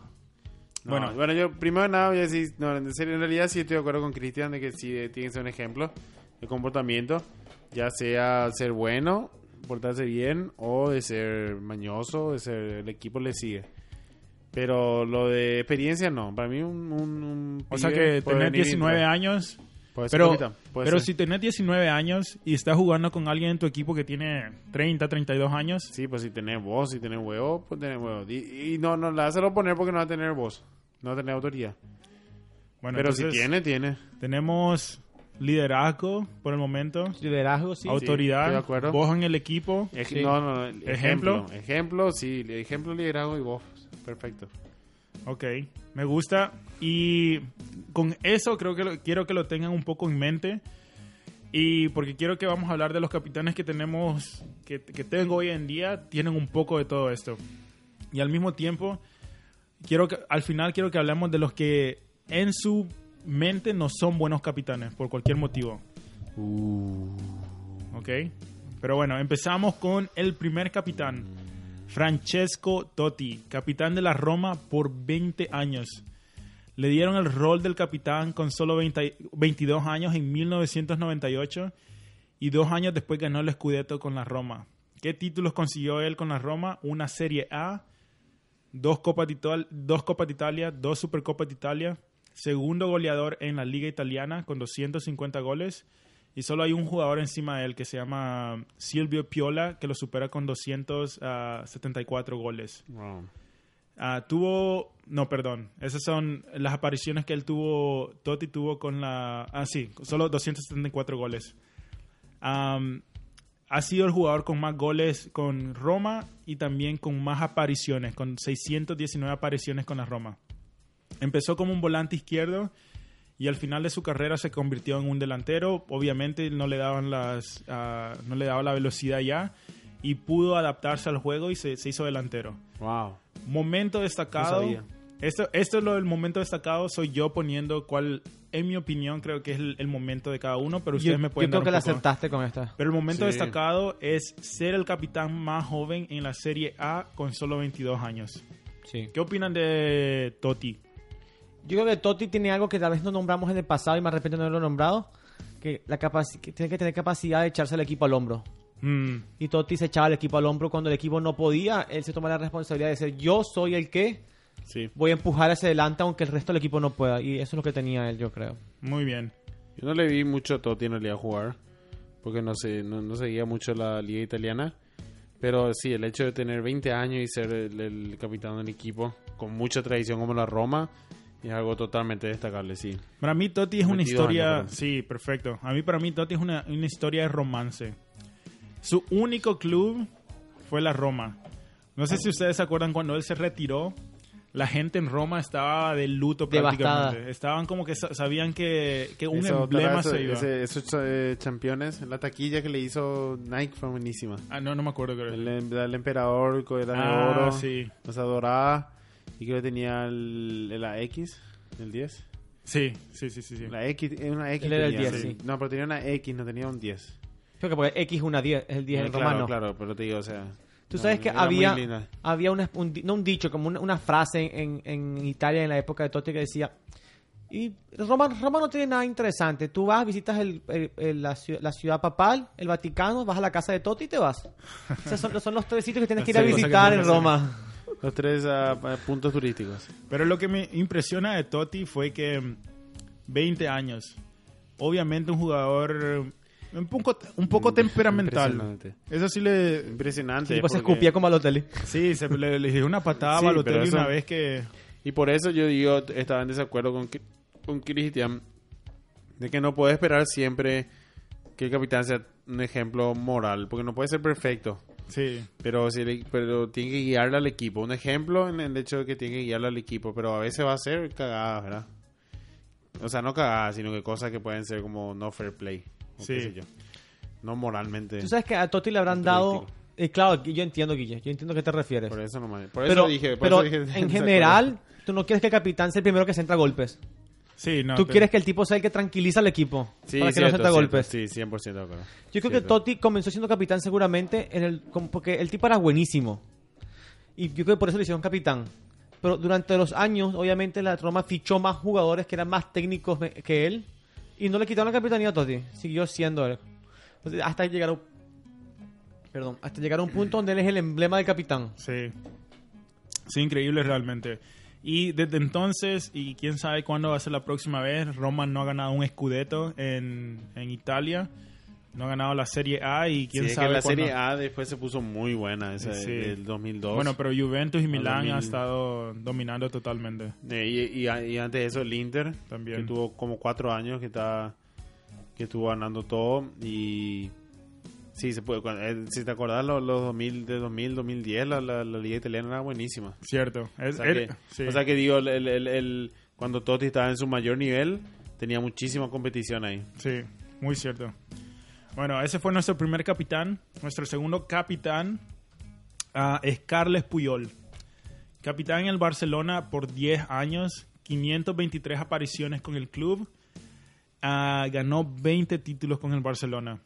Speaker 3: No,
Speaker 1: Bueno.
Speaker 3: bueno, yo primero de nada voy a decir, no, en serio, en realidad sí estoy de acuerdo con Cristian de que sí eh, tiene que ser un ejemplo de comportamiento, ya sea ser bueno, portarse bien o de ser mañoso, de ser el equipo le sigue. Pero lo de experiencia no, para mí un... un- un
Speaker 1: O sea
Speaker 3: pibe
Speaker 1: que
Speaker 3: puede
Speaker 1: tenés
Speaker 3: venir y
Speaker 1: 19
Speaker 3: entrar.
Speaker 1: años.
Speaker 3: Puede ser
Speaker 1: Pero,
Speaker 3: capitán, puede
Speaker 1: pero
Speaker 3: ser.
Speaker 1: si tenés 19 años y estás jugando con alguien en tu equipo que tiene 30, 32 años,
Speaker 3: Sí, pues si tenés voz, si tenés huevo, pues tenés huevo. Y, y no, no la hacerlo poner porque no va a tener voz, no va a tener autoridad.
Speaker 1: bueno,
Speaker 3: pero si
Speaker 1: entonces,
Speaker 3: tiene, tiene.
Speaker 1: tenemos liderazgo por el momento,
Speaker 2: Liderazgo, sí.
Speaker 1: autoridad,
Speaker 3: estoy de acuerdo.
Speaker 1: vos en el equipo.
Speaker 3: Ej-
Speaker 2: Sí.
Speaker 3: No, no, no,
Speaker 1: Ejemplo.
Speaker 3: ejemplo. Ejemplo, sí, ejemplo, liderazgo y voz. Perfecto.
Speaker 1: Ok, me gusta. Y con eso creo que lo- quiero que lo tengan un poco en mente. Y porque quiero que vamos a hablar de los capitanes que tenemos, que, que tengo hoy en día, tienen un poco de todo esto. Y al mismo tiempo, quiero que, al final quiero que hablemos de los que en su mente no son buenos capitanes, por cualquier motivo. Ok, pero bueno, empezamos con el primer capitán, Francesco Totti, capitán de la Roma por 20 años. Le dieron el rol del capitán con solo 20 22 años en 1998 y dos años después ganó el Scudetto con la Roma. ¿Qué títulos consiguió él con la Roma? Una Serie A, dos Copas de, Ital- dos Copas de Italia, dos Supercopas de Italia, segundo goleador en la Liga Italiana con 250 goles. Y solo hay un jugador encima de él que se llama Silvio Piola, que lo supera con ah, 274 goles.
Speaker 3: Wow.
Speaker 1: Ah, tuvo, no, perdón, esas son las apariciones que él tuvo, Totti tuvo con la, ah, sí, solo 274 goles. Am, ha sido el jugador con más goles con Roma y también con más apariciones, con 619 apariciones con la Roma. Empezó como un volante izquierdo y al final de su carrera se convirtió en un delantero. Obviamente no le daban las, ah, no le daba la velocidad ya y pudo adaptarse al juego y se- se hizo delantero.
Speaker 3: Wow.
Speaker 1: Momento destacado.
Speaker 2: No sabía.
Speaker 1: esto, esto es lo del momento destacado. Soy yo poniendo cuál, en mi opinión, creo que es el, el momento de cada uno, pero ustedes
Speaker 2: yo,
Speaker 1: me pueden
Speaker 2: yo creo
Speaker 1: dar
Speaker 2: que
Speaker 1: un
Speaker 2: la
Speaker 1: poco-
Speaker 2: aceptaste con esta.
Speaker 1: Pero el momento
Speaker 3: Sí.
Speaker 1: destacado es ser el capitán más joven en la Serie A con solo 22 años.
Speaker 2: Sí.
Speaker 1: ¿Qué opinan de Totti?
Speaker 2: Yo creo que Totti tiene algo que tal vez no nombramos en el pasado y me arrepiento de no haberlo nombrado, que la capaci- que tiene que tener capacidad de echarse el equipo al hombro.
Speaker 1: Mm,
Speaker 2: Y Totti se echaba el equipo al hombro cuando el equipo no podía, él se toma la responsabilidad de decir yo soy el que
Speaker 3: Sí.
Speaker 2: voy a empujar hacia adelante aunque el resto del equipo no pueda. Y eso es lo que tenía él, yo creo.
Speaker 1: muy bien.
Speaker 3: Yo no le vi mucho a Totti en realidad jugar, porque no, sé, no, no seguía mucho la liga italiana. Pero sí, el hecho de tener 20 años y ser el, el capitán del equipo con mucha tradición como la Roma es algo totalmente destacable, sí.
Speaker 1: Para mí Totti es una
Speaker 3: 22
Speaker 1: historia,
Speaker 3: años, perdón.
Speaker 1: sí, perfecto. A mí para mí Totti es una, una historia de romance. Su único club fue la Roma. No sé si ustedes se acuerdan cuando él se retiró, la gente en Roma estaba de luto
Speaker 2: Devastada.
Speaker 1: prácticamente. Estaban como que sa- sabían que, que un
Speaker 3: Eso,
Speaker 1: emblema
Speaker 3: eso-
Speaker 1: se iba.
Speaker 3: ese- esos eh, campeones, la taquilla que le hizo Nike fue buenísima.
Speaker 1: Ah, no, no me acuerdo creo.
Speaker 3: El, em, el emperador con el
Speaker 1: Ah,
Speaker 3: oro,
Speaker 1: sí.
Speaker 3: o sea, dorada. Y creo que tenía el- la X, el 10.
Speaker 1: Sí, sí, sí, sí. sí.
Speaker 3: La X, eh, una X.
Speaker 2: Él era el
Speaker 3: tenía,
Speaker 2: 10, sí.
Speaker 3: No, pero tenía una X, no tenía un 10.
Speaker 2: Creo que porque X es una 10, es el 10
Speaker 3: Eh,
Speaker 2: en
Speaker 3: claro,
Speaker 2: romano.
Speaker 3: Claro, pero te digo, o sea.
Speaker 2: Tú
Speaker 3: no,
Speaker 2: sabes que
Speaker 3: era muy
Speaker 2: había,
Speaker 3: linda.
Speaker 2: había una, un, di- no un dicho, como una, una frase en, en Italia en la época de Totti que decía, y Roma, Roma no tiene nada interesante, tú vas, visitas el- el- el- la, ciu- la ciudad papal, el Vaticano, vas a la casa de Totti y te vas. O sea, son, son los tres sitios que tienes que ir a
Speaker 1: Sí, cosa que
Speaker 2: visitar en
Speaker 1: tienes que hacer.
Speaker 2: Roma.
Speaker 3: Los tres ah, pa- puntos turísticos.
Speaker 1: Pero lo que me impresiona de Totti fue que mm, 20 años. Obviamente un jugador eh, un poco, un poco temperamental.
Speaker 3: Impresionante.
Speaker 1: Eso sí le...
Speaker 3: Impresionante.
Speaker 2: Y pues se
Speaker 3: Este, porque-
Speaker 2: escupía como al hotel.
Speaker 1: Sí, se, le, le dio una patada
Speaker 3: Sí,
Speaker 1: a Balotelli
Speaker 3: pero eso-
Speaker 1: una vez que...
Speaker 3: Y por eso yo digo, estaba en desacuerdo con, Cri- con Cristian, de que no puede esperar siempre que el capitán sea un ejemplo moral, porque no puede ser perfecto.
Speaker 1: Sí,
Speaker 3: Pero, si le- pero tiene que guiarle al equipo. Un ejemplo en el hecho de que tiene que guiarle al equipo. Pero a veces va a ser cagadas, ¿verdad? O sea, no cagadas, sino que cosas que pueden ser como no fair play. o
Speaker 1: Sí.
Speaker 3: qué sé yo. No moralmente.
Speaker 2: Tú sabes que a Totti le habrán dado...
Speaker 3: Turístico.
Speaker 2: eh, claro, yo entiendo, Guille, yo entiendo a qué te refieres.
Speaker 3: Este, Por eso nomás. Por
Speaker 2: pero
Speaker 3: eso dije. (laughs) por
Speaker 2: pero
Speaker 3: eso dije-
Speaker 2: en general, tú no quieres que el capitán sea el primero que se entra a golpes.
Speaker 1: sí, no.
Speaker 2: Tú
Speaker 1: te-
Speaker 2: quieres que el tipo sea el que tranquiliza al equipo
Speaker 3: Sí,
Speaker 2: para que no
Speaker 3: cierto,
Speaker 2: se entre a
Speaker 3: cierto.
Speaker 2: golpes.
Speaker 3: Sí, 100% de acuerdo.
Speaker 2: Yo creo que
Speaker 3: Cierto.
Speaker 2: Totti comenzó siendo capitán seguramente en el, como- porque el tipo era buenísimo. Y yo creo que por eso le hicieron capitán. Pero durante los años, obviamente, la Roma fichó más jugadores que eran más técnicos me- que él. Y no le quitaron la capitanía a Totti. Siguió siendo él. Entonces, hasta llegar a un, perdón, hasta llegar a un punto donde él es el emblema del capitán.
Speaker 1: Sí. Sí, increíble realmente. Y desde entonces, y quién sabe cuándo va a ser la próxima vez, Roma no ha ganado un scudetto en, en Italia. No ha ganado la Serie A y quién
Speaker 3: Sí, es
Speaker 1: sabe
Speaker 3: que la
Speaker 1: cuándo-
Speaker 3: Serie A después se puso muy buena, esa
Speaker 1: Sí.
Speaker 3: del 2002.
Speaker 1: Bueno, pero Juventus y Milán han
Speaker 3: 2000.
Speaker 1: estado dominando totalmente.
Speaker 3: Eh, y, y a- y antes de eso el Inter,
Speaker 1: También.
Speaker 3: que tuvo como cuatro años que está que estuvo ganando todo y sí se puede cuando- eh, si te acordás los, los 2000 de 2000 2010 la, la, la liga italiana era buenísima
Speaker 1: Cierto.
Speaker 3: o
Speaker 1: Es-
Speaker 3: sea,
Speaker 1: él-
Speaker 3: que,
Speaker 1: sí.
Speaker 3: o sea que digo el, el- el- el- cuando Totti estaba en su mayor nivel tenía muchísima competición ahí
Speaker 1: Sí, muy cierto. Bueno, ese fue nuestro primer capitán. Nuestro segundo capitán ah, es Carles Puyol. Capitán en el Barcelona por 10 años, 523 apariciones con el club. Ah, ganó 20 títulos con el Barcelona.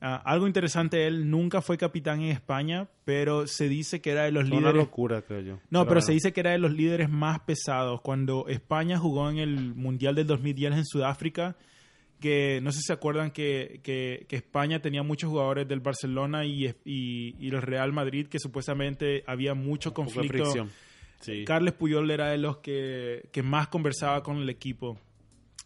Speaker 1: Ah, algo interesante, él nunca fue capitán en España, pero se dice que era de los
Speaker 3: Una
Speaker 1: líderes.
Speaker 3: locura, creo yo.
Speaker 1: No, pero se
Speaker 3: bueno.
Speaker 1: dice que era de los líderes más pesados. Cuando España jugó en el Mundial del 2010 en Sudáfrica, que no sé si se acuerdan que, que- que España tenía muchos jugadores del Barcelona y, y, y el Real Madrid, que supuestamente había mucho
Speaker 3: Un poco de
Speaker 1: conflicto.
Speaker 3: fricción. Sí.
Speaker 1: Carles Puyol era de los que, que más conversaba con el equipo.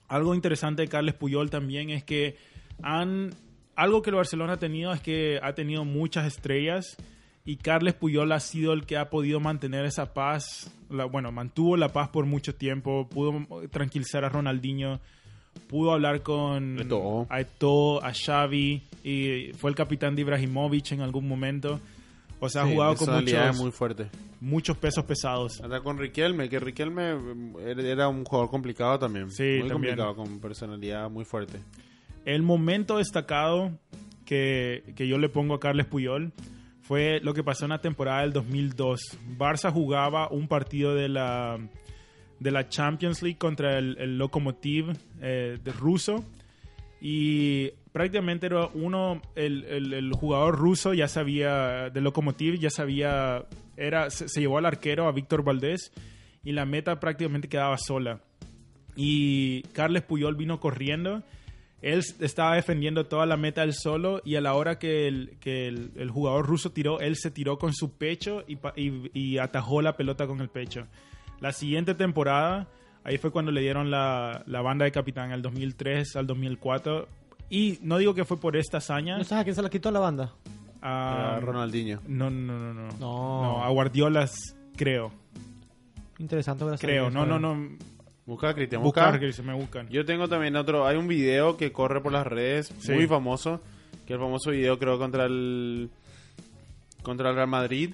Speaker 1: Algo interesante de Carles Puyol también es que han algo que el Barcelona ha tenido es que ha tenido muchas estrellas y Carles Puyol ha sido el que ha podido mantener esa paz, la- bueno, mantuvo la paz por mucho tiempo, pudo tranquilizar a Ronaldinho, pudo hablar con
Speaker 3: Eto'o.
Speaker 1: a Eto'o, a Xavi y fue el capitán de Ibrahimovic en algún momento. O sea, ha
Speaker 3: Sí,
Speaker 1: jugado con
Speaker 3: personalidad
Speaker 1: muchos,
Speaker 3: muy fuerte.
Speaker 1: muchos pesos pesados.
Speaker 3: Hasta con Riquelme, que Riquelme mm, era un jugador complicado también.
Speaker 1: Sí,
Speaker 3: muy
Speaker 1: también.
Speaker 3: complicado, con personalidad muy fuerte.
Speaker 1: El momento destacado que, que yo le pongo a Carles Puyol fue lo que pasó en la temporada del 2002. Barça jugaba un partido de la, de la Champions League contra el, el Lokomotiv eh, de ruso y prácticamente era uno el, el- el jugador ruso ya sabía de Lokomotiv ya sabía era se, se llevó al arquero a Víctor Valdés y la meta prácticamente quedaba sola y Carles Puyol vino corriendo él s- estaba defendiendo toda la meta él solo y a la hora que el, que el- el jugador ruso tiró, él se tiró con su pecho y, pa- y- y atajó la pelota con el pecho. La siguiente temporada, ahí fue cuando le dieron la, la banda de capitán, al 2003 al 2004. Y no digo que fue por esta hazaña.
Speaker 2: ¿No sabes a quién se la quitó la banda?
Speaker 1: a- Ah.
Speaker 3: Era Ronaldinho.
Speaker 1: no, no, no, no.
Speaker 2: No.
Speaker 1: a Guardiolas, creo.
Speaker 2: Interesante. voy a saber
Speaker 1: Creo,
Speaker 2: quién
Speaker 1: no,
Speaker 2: fue.
Speaker 1: no, no.
Speaker 3: Busca, Cristian, busca.
Speaker 1: Buscar, que se me buscan.
Speaker 3: Yo tengo también otro. Hay un video que corre por las redes,
Speaker 1: Sí.
Speaker 3: muy famoso. Que el famoso video, creo, contra el. Contra el Real Madrid.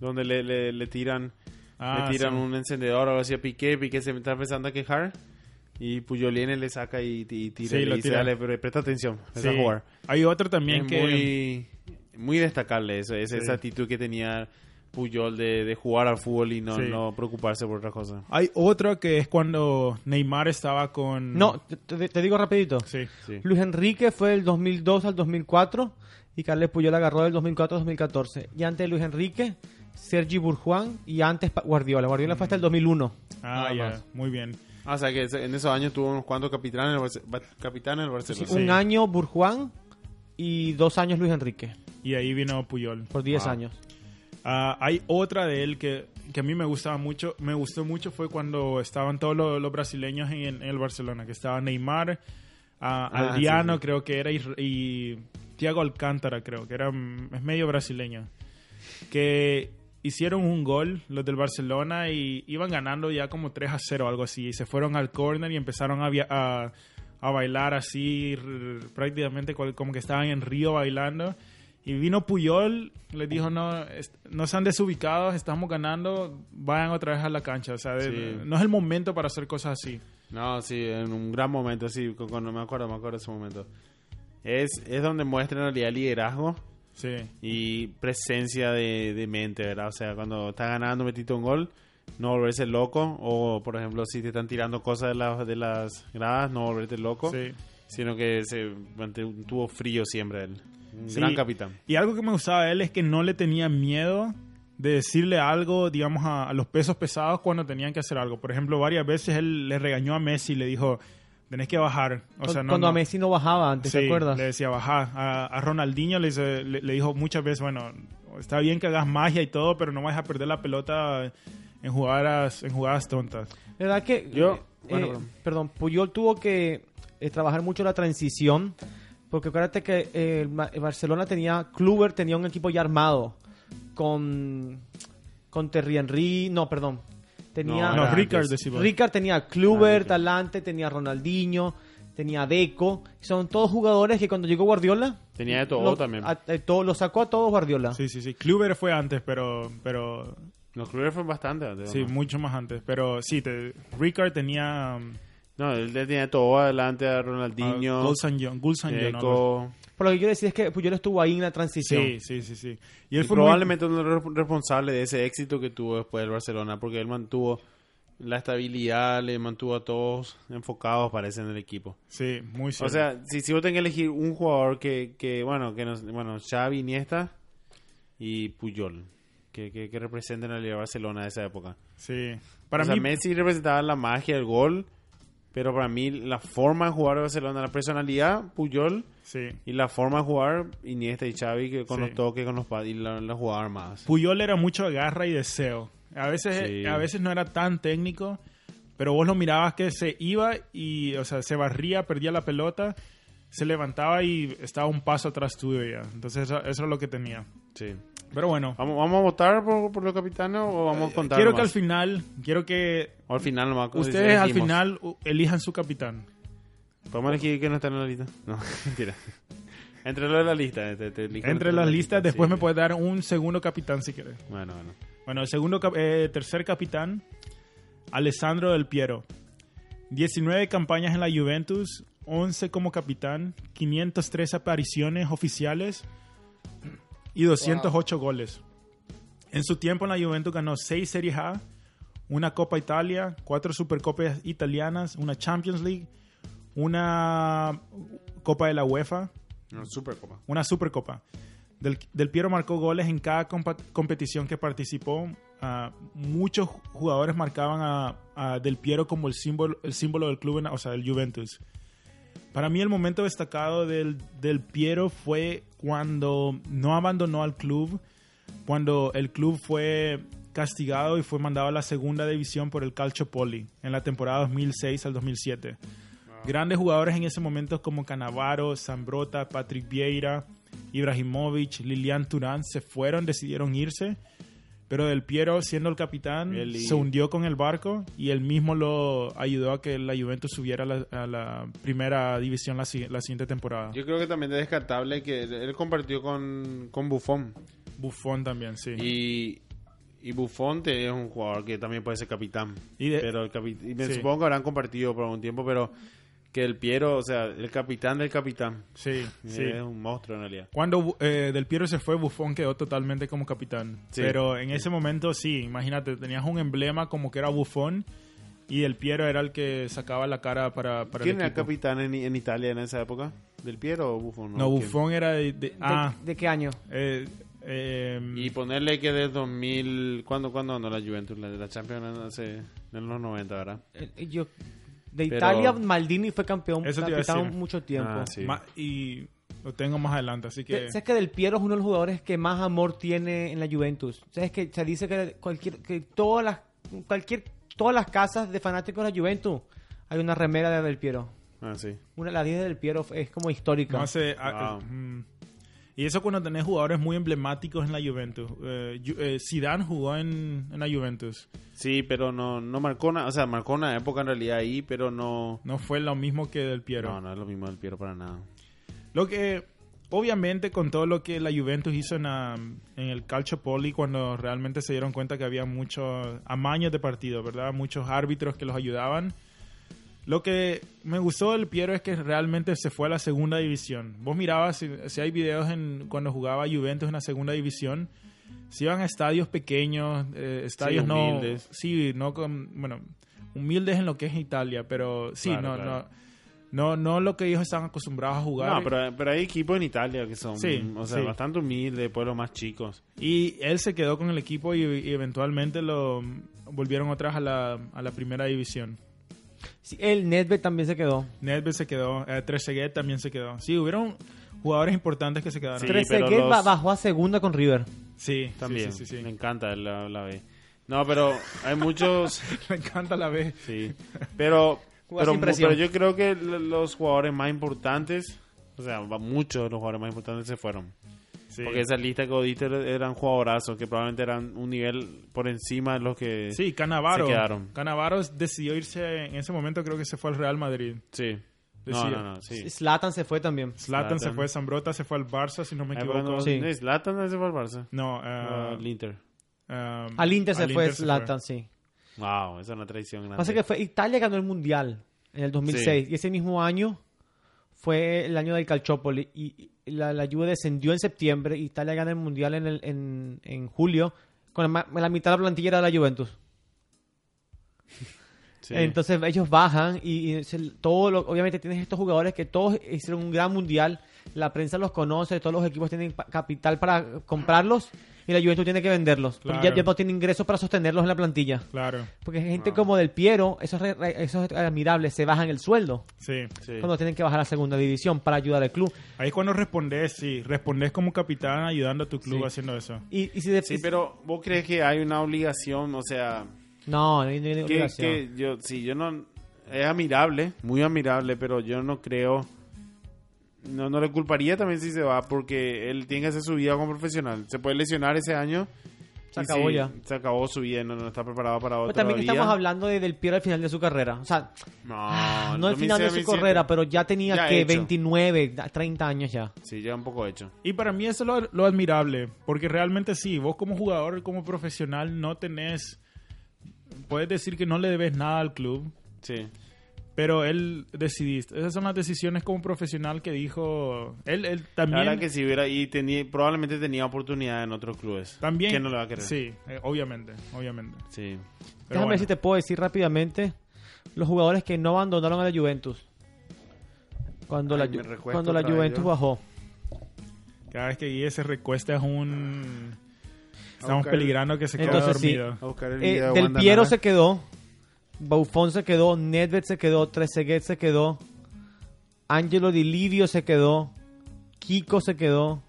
Speaker 3: Donde le, le, le tiran.
Speaker 1: Ah,
Speaker 3: le tiran
Speaker 1: sí.
Speaker 3: un encendedor o algo así a Piqué. Piqué se está empezando a quejar. Y Puyolene le saca y, y tira.
Speaker 1: Sí,
Speaker 3: y le
Speaker 1: lo
Speaker 3: dice,
Speaker 1: tira.
Speaker 3: "Dale, pre- presta atención. empieza
Speaker 1: Sí.
Speaker 3: a jugar.
Speaker 1: Hay otro también
Speaker 3: es
Speaker 1: que...
Speaker 3: muy, muy destacable eso, esa,
Speaker 1: Sí.
Speaker 3: esa actitud que tenía Puyol de, de jugar al fútbol y no,
Speaker 1: Sí.
Speaker 3: no preocuparse por otra cosa.
Speaker 1: Hay otro que es cuando Neymar estaba con.
Speaker 2: No, te, te- te digo rapidito.
Speaker 1: Sí.
Speaker 3: Sí.
Speaker 2: Luis Enrique fue del 2002 al 2004 y Carles Puyol agarró del 2004 al 2014. Y antes de Luis Enrique, Sergi Burjuan y antes pa- Guardiola. Guardiola fue hasta el 2001.
Speaker 1: Ah,
Speaker 3: Nada
Speaker 1: ya.
Speaker 3: más.
Speaker 1: Muy bien.
Speaker 3: Ah, o sea que ese- en esos años tuvo unos cuantos capitanes en el, Barce- ba- capitanes en el Barcelona.
Speaker 1: Sí.
Speaker 2: Un año Burjuan y dos años Luis Enrique,
Speaker 1: Y ahí vino Puyol.
Speaker 2: por 10
Speaker 3: Wow.
Speaker 2: años.
Speaker 1: Ah, hay otra de él que, que a mí me gustaba mucho. Me gustó mucho fue cuando estaban todos los, los brasileños en, en el Barcelona. Que estaba Neymar, ah,
Speaker 3: Ah,
Speaker 1: Adriano,
Speaker 3: sí, sí.
Speaker 1: creo que era, y, y Thiago Alcántara, creo que era. mm, Es medio brasileño. Que hicieron un gol los del Barcelona y iban ganando ya como 3 a 0 o algo así. Y se fueron al corner y empezaron a. via- a a bailar así, r- prácticamente cual- como que estaban en Río bailando. Y vino Puyol, les dijo, no, es- no sean desubicados, estamos ganando, vayan otra vez a la cancha. O sea, de-
Speaker 3: Sí.
Speaker 1: no es el momento para hacer cosas así.
Speaker 3: No, sí, en un gran momento, sí, con- con- no me acuerdo, me acuerdo de ese momento. Es, es donde muestra en realidad liderazgo
Speaker 1: Sí,
Speaker 3: y presencia de, de mente, ¿verdad? O sea, cuando estás ganando, metiste un gol, no volverse loco. O, por ejemplo, si te están tirando cosas de, las de las gradas, no volverte loco.
Speaker 1: sí.
Speaker 3: sino que se mantuvo frío siempre él. Un
Speaker 1: Sí.
Speaker 3: gran capitán.
Speaker 1: Y algo que me gustaba de él es que no le tenía miedo de decirle algo, digamos, a, a los pesos pesados cuando tenían que hacer algo. Por ejemplo, varias veces él le regañó a Messi y le dijo, tenés que bajar. O sea, no,
Speaker 2: Cuando a
Speaker 1: no.
Speaker 2: Messi no bajaba antes,
Speaker 1: Sí,
Speaker 2: ¿te acuerdas?
Speaker 1: Le decía, baja. A, a Ronaldinho le, dice- le, le dijo muchas veces, bueno, está bien que hagas magia y todo, pero no vas a perder la pelota en jugadas, en jugadas tontas.
Speaker 2: La verdad que.
Speaker 3: Yo-
Speaker 2: eh,
Speaker 3: bueno,
Speaker 2: eh,
Speaker 3: perdón.
Speaker 2: perdón, Puyol tuvo que eh, trabajar mucho la transición. Porque acuérdate que eh, el Ma- el Barcelona tenía. Kluber tenía un equipo ya armado. Con. Con Terry Henry. No, perdón. Tenía.
Speaker 3: Ah,
Speaker 1: no,
Speaker 3: era
Speaker 1: Ricard
Speaker 3: antes.
Speaker 1: decimos.
Speaker 2: Ricard tenía
Speaker 3: Ah,
Speaker 2: Kluber,
Speaker 3: Ricard.
Speaker 2: Talante, tenía Ronaldinho, tenía Deco. Son todos jugadores que cuando llegó Guardiola.
Speaker 3: Tenía de todo
Speaker 2: lo-
Speaker 3: también.
Speaker 2: a- eh, todo- lo sacó a todos Guardiola.
Speaker 1: Sí, sí, sí. Kluber fue antes, pero, pero
Speaker 3: Los clubes fueron bastante. antes,
Speaker 1: sí,
Speaker 3: ¿no?
Speaker 1: mucho más antes. Pero sí, te, Ricard tenía um,
Speaker 3: No, él tenía de todo adelante a
Speaker 1: a
Speaker 3: Ronaldinho,
Speaker 1: Gulsan Young. Gulsan Young, algo
Speaker 3: Deco.
Speaker 2: Por lo que quiero decir es que Puyol estuvo ahí en la
Speaker 1: así.
Speaker 2: transición.
Speaker 1: Sí, sí, sí, sí. Y él
Speaker 3: Y
Speaker 1: fue muy-
Speaker 3: probablemente uno de los re- responsable de ese éxito que tuvo después del Barcelona, porque él mantuvo la estabilidad le mantuvo a todos enfocados, parece, en el equipo.
Speaker 1: Sí, muy
Speaker 3: O
Speaker 1: cierto.
Speaker 3: sea, si, si vos tenés que elegir un jugador que, que bueno, que nos, bueno, Xavi, Iniesta y Puyol, que, que, que representen a la Barcelona de esa época.
Speaker 1: sí. Para
Speaker 3: o sea,
Speaker 1: mí,
Speaker 3: Messi representaba la magia, el gol, pero para mí la forma de jugar de Barcelona, la personalidad, Puyol,
Speaker 1: sí.
Speaker 3: y la forma de jugar Iniesta y Xavi que con
Speaker 1: Sí.
Speaker 3: los toques, con los pa- y la, la jugada armadas.
Speaker 1: Puyol era mucho garra y deseo. A veces,
Speaker 3: Sí.
Speaker 1: a veces no era tan técnico, pero vos lo mirabas que se iba y, o sea, se barría, perdía la pelota, se levantaba y estaba un paso atrás tuyo ya. Entonces, eso, eso es lo que tenía.
Speaker 3: Sí.
Speaker 1: Pero bueno,
Speaker 3: ¿Vamos, ¿Vamos a votar por, por los capitanes o vamos a contar?
Speaker 1: Eh, quiero que
Speaker 3: nomás?
Speaker 1: al final, quiero que
Speaker 3: O al final nomás, como
Speaker 1: ustedes al
Speaker 3: decimos.
Speaker 1: final u- elijan su capitán.
Speaker 3: ¿Podemos elegir que no está en la lista? No, (laughs) mentira. Entre los de la lista. te- te elijo
Speaker 1: Entre
Speaker 3: los de
Speaker 1: las
Speaker 3: la
Speaker 1: listas,
Speaker 3: lista,
Speaker 1: después
Speaker 3: sí.
Speaker 1: me puedes dar un segundo capitán si quieres.
Speaker 3: Bueno, bueno.
Speaker 1: Bueno, el segundo, cap- eh, tercer capitán, Alessandro Del Piero. 19 campañas en la Juventus, 11 como capitán, 503 apariciones oficiales y 208 goles. En su tiempo en la Juventus ganó 6 Series A, una Copa Italia, 4 Supercopas italianas, una Champions League, una Copa de la UEFA,
Speaker 3: No, Supercopa.
Speaker 1: una Supercopa. Del, Del Piero marcó goles en cada compa- competición que participó. Ah, muchos jugadores marcaban a, a Del Piero como el símbolo, el símbolo del club, en- o sea, del Juventus. Para mí el momento destacado del, del Piero fue cuando no abandonó al club, cuando el club fue castigado y fue mandado a la segunda división por el Calcio Poli en la temporada 2006 al 2007. Grandes jugadores en ese momento como Canavaro, Zambrota, Patrick Vieira, Ibrahimovic, Lilian Turán se fueron, decidieron irse. Pero Del Piero, siendo el capitán,
Speaker 3: Él y-
Speaker 1: se hundió con el barco y él mismo lo ayudó a que la Juventus subiera a la, a la primera división la, si- la siguiente temporada.
Speaker 3: Yo creo que también es descartable que él, él compartió con, con Buffon.
Speaker 1: Buffon también, sí.
Speaker 3: Y, y Buffon te- es un jugador que también puede ser capitán.
Speaker 1: Y de-
Speaker 3: pero el capi- y me
Speaker 1: sí.
Speaker 3: supongo que habrán compartido por algún tiempo, pero que el Piero, o sea, el capitán del capitán. eh,
Speaker 1: sí, sí.
Speaker 3: Es un monstruo en realidad.
Speaker 1: Cuando eh, Del Piero se fue, Buffon quedó totalmente como capitán.
Speaker 3: Sí.
Speaker 1: Pero en ese momento sí, imagínate, tenías un emblema como que era Buffon y Del Piero era el que sacaba la cara para, para
Speaker 3: ¿Quién
Speaker 1: el
Speaker 3: era
Speaker 1: equipo.
Speaker 3: capitán en, en Italia en esa época? ¿Del Piero o Buffon?
Speaker 1: No,
Speaker 3: ¿Quién?
Speaker 1: Buffon era de... de-
Speaker 2: ¿De,
Speaker 1: ah,
Speaker 2: de qué año?
Speaker 1: eh, eh,
Speaker 3: Y ponerle que desde 2000... ¿Cuándo, cuándo no la Juventus? La, la Champions hace... En los 90, ¿verdad?
Speaker 2: Eh, Yo, de
Speaker 3: Pero-
Speaker 2: Italia, Maldini fue campeón,
Speaker 1: Eso te iba a
Speaker 2: capitán
Speaker 1: decir.
Speaker 2: mucho tiempo.
Speaker 3: Ah, sí.
Speaker 1: ma- y lo tengo más adelante, así que...
Speaker 2: Te- ¿Sabes que Del Piero es uno de los jugadores que más amor tiene en la Juventus? ¿Sabes que se dice que cualquier que todas las cualquier todas las casas de fanáticos de la Juventus hay una remera de Del Piero?
Speaker 3: Ah, sí.
Speaker 2: Una la 10 de Del Piero es como histórica.
Speaker 1: No sé, a-
Speaker 3: Wow.
Speaker 1: mm. Y eso cuando tenés jugadores muy emblemáticos en la Juventus. Eh, Ju- eh, Zidane jugó en, en la Juventus.
Speaker 3: Sí, pero no, no marcó una... O sea, marcó una época en realidad ahí, pero no...
Speaker 1: No fue lo mismo que Del Piero.
Speaker 3: No, no es lo mismo del Piero para nada.
Speaker 1: Lo que, obviamente, con todo lo que la Juventus hizo en, la- en el Calcio Poli, cuando realmente se dieron cuenta que había muchos amaños de partido, ¿verdad? Muchos árbitros que los ayudaban. Lo que me gustó del Piero es que realmente se fue a la segunda división. Vos mirabas, si, si hay videos en, cuando jugaba Juventus en la segunda división, se iban a estadios pequeños, eh, estadios no...
Speaker 3: humildes.
Speaker 1: Sí, no con... Bueno, humildes en lo que es Italia, pero sí,
Speaker 3: Claro,
Speaker 1: no,
Speaker 3: claro.
Speaker 1: no, no, no lo que ellos están acostumbrados a jugar.
Speaker 3: No, pero, pero hay equipos en Italia que son...
Speaker 1: Sí,
Speaker 3: o sea,
Speaker 1: sí.
Speaker 3: bastante humildes, pueblos más chicos.
Speaker 1: Y él se quedó con el equipo y, y eventualmente lo volvieron atrás a la, a la primera división.
Speaker 2: Sí, el Nedved también se quedó.
Speaker 1: Nedved se quedó, eh, Trezeguet también se quedó. Sí, hubieron jugadores importantes que se quedaron.
Speaker 3: Sí,
Speaker 1: Sí,
Speaker 2: Trezeguet
Speaker 3: pero los-
Speaker 2: ba- bajó a segunda con River.
Speaker 1: sí,
Speaker 3: También.
Speaker 1: Sí, sí, sí.
Speaker 3: Me encanta la, la B. No, pero
Speaker 1: (laughs)
Speaker 3: hay muchos...
Speaker 1: (laughs) Me encanta la B.
Speaker 3: Sí. Pero,
Speaker 2: Jugar
Speaker 3: pero,
Speaker 2: sin presión.
Speaker 3: pero yo creo que l- los jugadores más importantes, o sea, va- muchos de los jugadores más importantes se fueron.
Speaker 1: Sí.
Speaker 3: Porque esa lista que vos diste er- eran jugadorazos que probablemente eran un nivel por encima de los que.
Speaker 1: Sí, Canavaro.
Speaker 3: Se quedaron.
Speaker 1: Canavaro decidió irse, en ese momento creo que se fue al Real Madrid.
Speaker 3: Sí. No,
Speaker 1: Decía.
Speaker 3: no, no, sí.
Speaker 2: Slatan se fue también.
Speaker 1: Zlatan
Speaker 3: Zlatan.
Speaker 1: se fue, Zambrota se fue al Barça, si no me
Speaker 3: Ah, pero
Speaker 1: equivoco.
Speaker 3: no,
Speaker 2: Sí.
Speaker 3: no, Zlatan no se fue al Barça.
Speaker 1: No,
Speaker 3: Ah,
Speaker 1: eh,
Speaker 3: al Inter.
Speaker 1: eh,
Speaker 2: Al Inter se fue
Speaker 1: Inter
Speaker 2: Slatan, sí.
Speaker 3: Wow, esa es una traición grande.
Speaker 2: Pasa que fue Italia ganó el mundial en el 2006 y ese mismo año fue el año del Calciopoli y y la, la Juve descendió en septiembre y Italia gana el mundial en, el- en, en julio con la, ma- la mitad de la plantilla era de la Juventus.
Speaker 3: Sí.
Speaker 2: Entonces ellos bajan y, y se- todo lo- obviamente tienes estos jugadores que todos hicieron un gran mundial, la prensa los conoce, todos los equipos tienen pa- capital para comprarlos y la Juventus tiene que venderlos. porque Ya,
Speaker 1: Claro.
Speaker 2: ya no tiene ingresos para sostenerlos en la plantilla.
Speaker 1: Claro,
Speaker 2: Porque
Speaker 3: Ah.
Speaker 2: gente como Del Piero, esos, re- re- esos admirables, se bajan el sueldo
Speaker 1: sí.
Speaker 3: Sí.
Speaker 2: cuando tienen que bajar a segunda división para ayudar al club.
Speaker 1: Ahí es cuando respondes, sí. Respondes como capitán ayudando a tu club
Speaker 2: Sí.
Speaker 1: haciendo eso.
Speaker 2: Y, y si de-
Speaker 3: Sí, pero vos crees que hay una obligación, o sea,
Speaker 2: No, no hay ninguna
Speaker 3: que-
Speaker 2: obligación.
Speaker 3: que yo, sí, yo no, es admirable, muy admirable, pero yo no creo, no, no le culparía también si se va, porque él tiene que hacer su vida como profesional. Se puede lesionar ese año.
Speaker 2: Se
Speaker 3: y
Speaker 2: acabó ya.
Speaker 3: Se acabó su vida, no, no está preparado para
Speaker 2: Pero
Speaker 3: otra
Speaker 2: también
Speaker 3: vida.
Speaker 2: estamos hablando de Del Piero al final de su carrera. O sea,
Speaker 3: No,
Speaker 2: no al final de su
Speaker 3: 2006,
Speaker 2: carrera, pues. pero ya tenía
Speaker 3: Ya
Speaker 2: que
Speaker 3: hecho.
Speaker 2: 29, da- 30 años ya.
Speaker 3: Sí, ya un poco hecho.
Speaker 1: Y para mí eso es lo, lo admirable, porque realmente sí, vos como jugador, como profesional, no tenés, puedes decir que no le debes nada al club,
Speaker 3: Sí.
Speaker 1: pero él decidiste. Esas son las decisiones como profesional que dijo, él, él
Speaker 3: La
Speaker 1: también...
Speaker 3: verdad que si hubiera, y tenía, probablemente tenía oportunidad en otros clubes.
Speaker 1: también
Speaker 3: Que no le va a querer.
Speaker 1: Sí, eh, obviamente, obviamente.
Speaker 3: Sí.
Speaker 1: Pero
Speaker 2: Déjame ver
Speaker 1: bueno,
Speaker 2: si te puedo decir rápidamente los jugadores que no abandonaron a la Juventus. Cuando,
Speaker 3: Ay,
Speaker 2: la,
Speaker 3: me
Speaker 2: Ju-
Speaker 3: recuesto
Speaker 2: cuando la
Speaker 3: otra vez
Speaker 2: Juventus
Speaker 3: yo.
Speaker 2: bajó.
Speaker 1: cada vez que Guille se recuesta es un... Estamos
Speaker 3: buscar-
Speaker 1: peligrando que se quede
Speaker 2: Entonces sí.
Speaker 1: dormido.
Speaker 3: A buscar el
Speaker 2: Eh,
Speaker 3: video de
Speaker 2: Del
Speaker 3: Wanda
Speaker 2: Piero
Speaker 3: Nara.
Speaker 2: se quedó. Buffon se quedó. Nedved se quedó. Trezeguet se quedó. Angelo Di Livio se quedó. Kiko se quedó.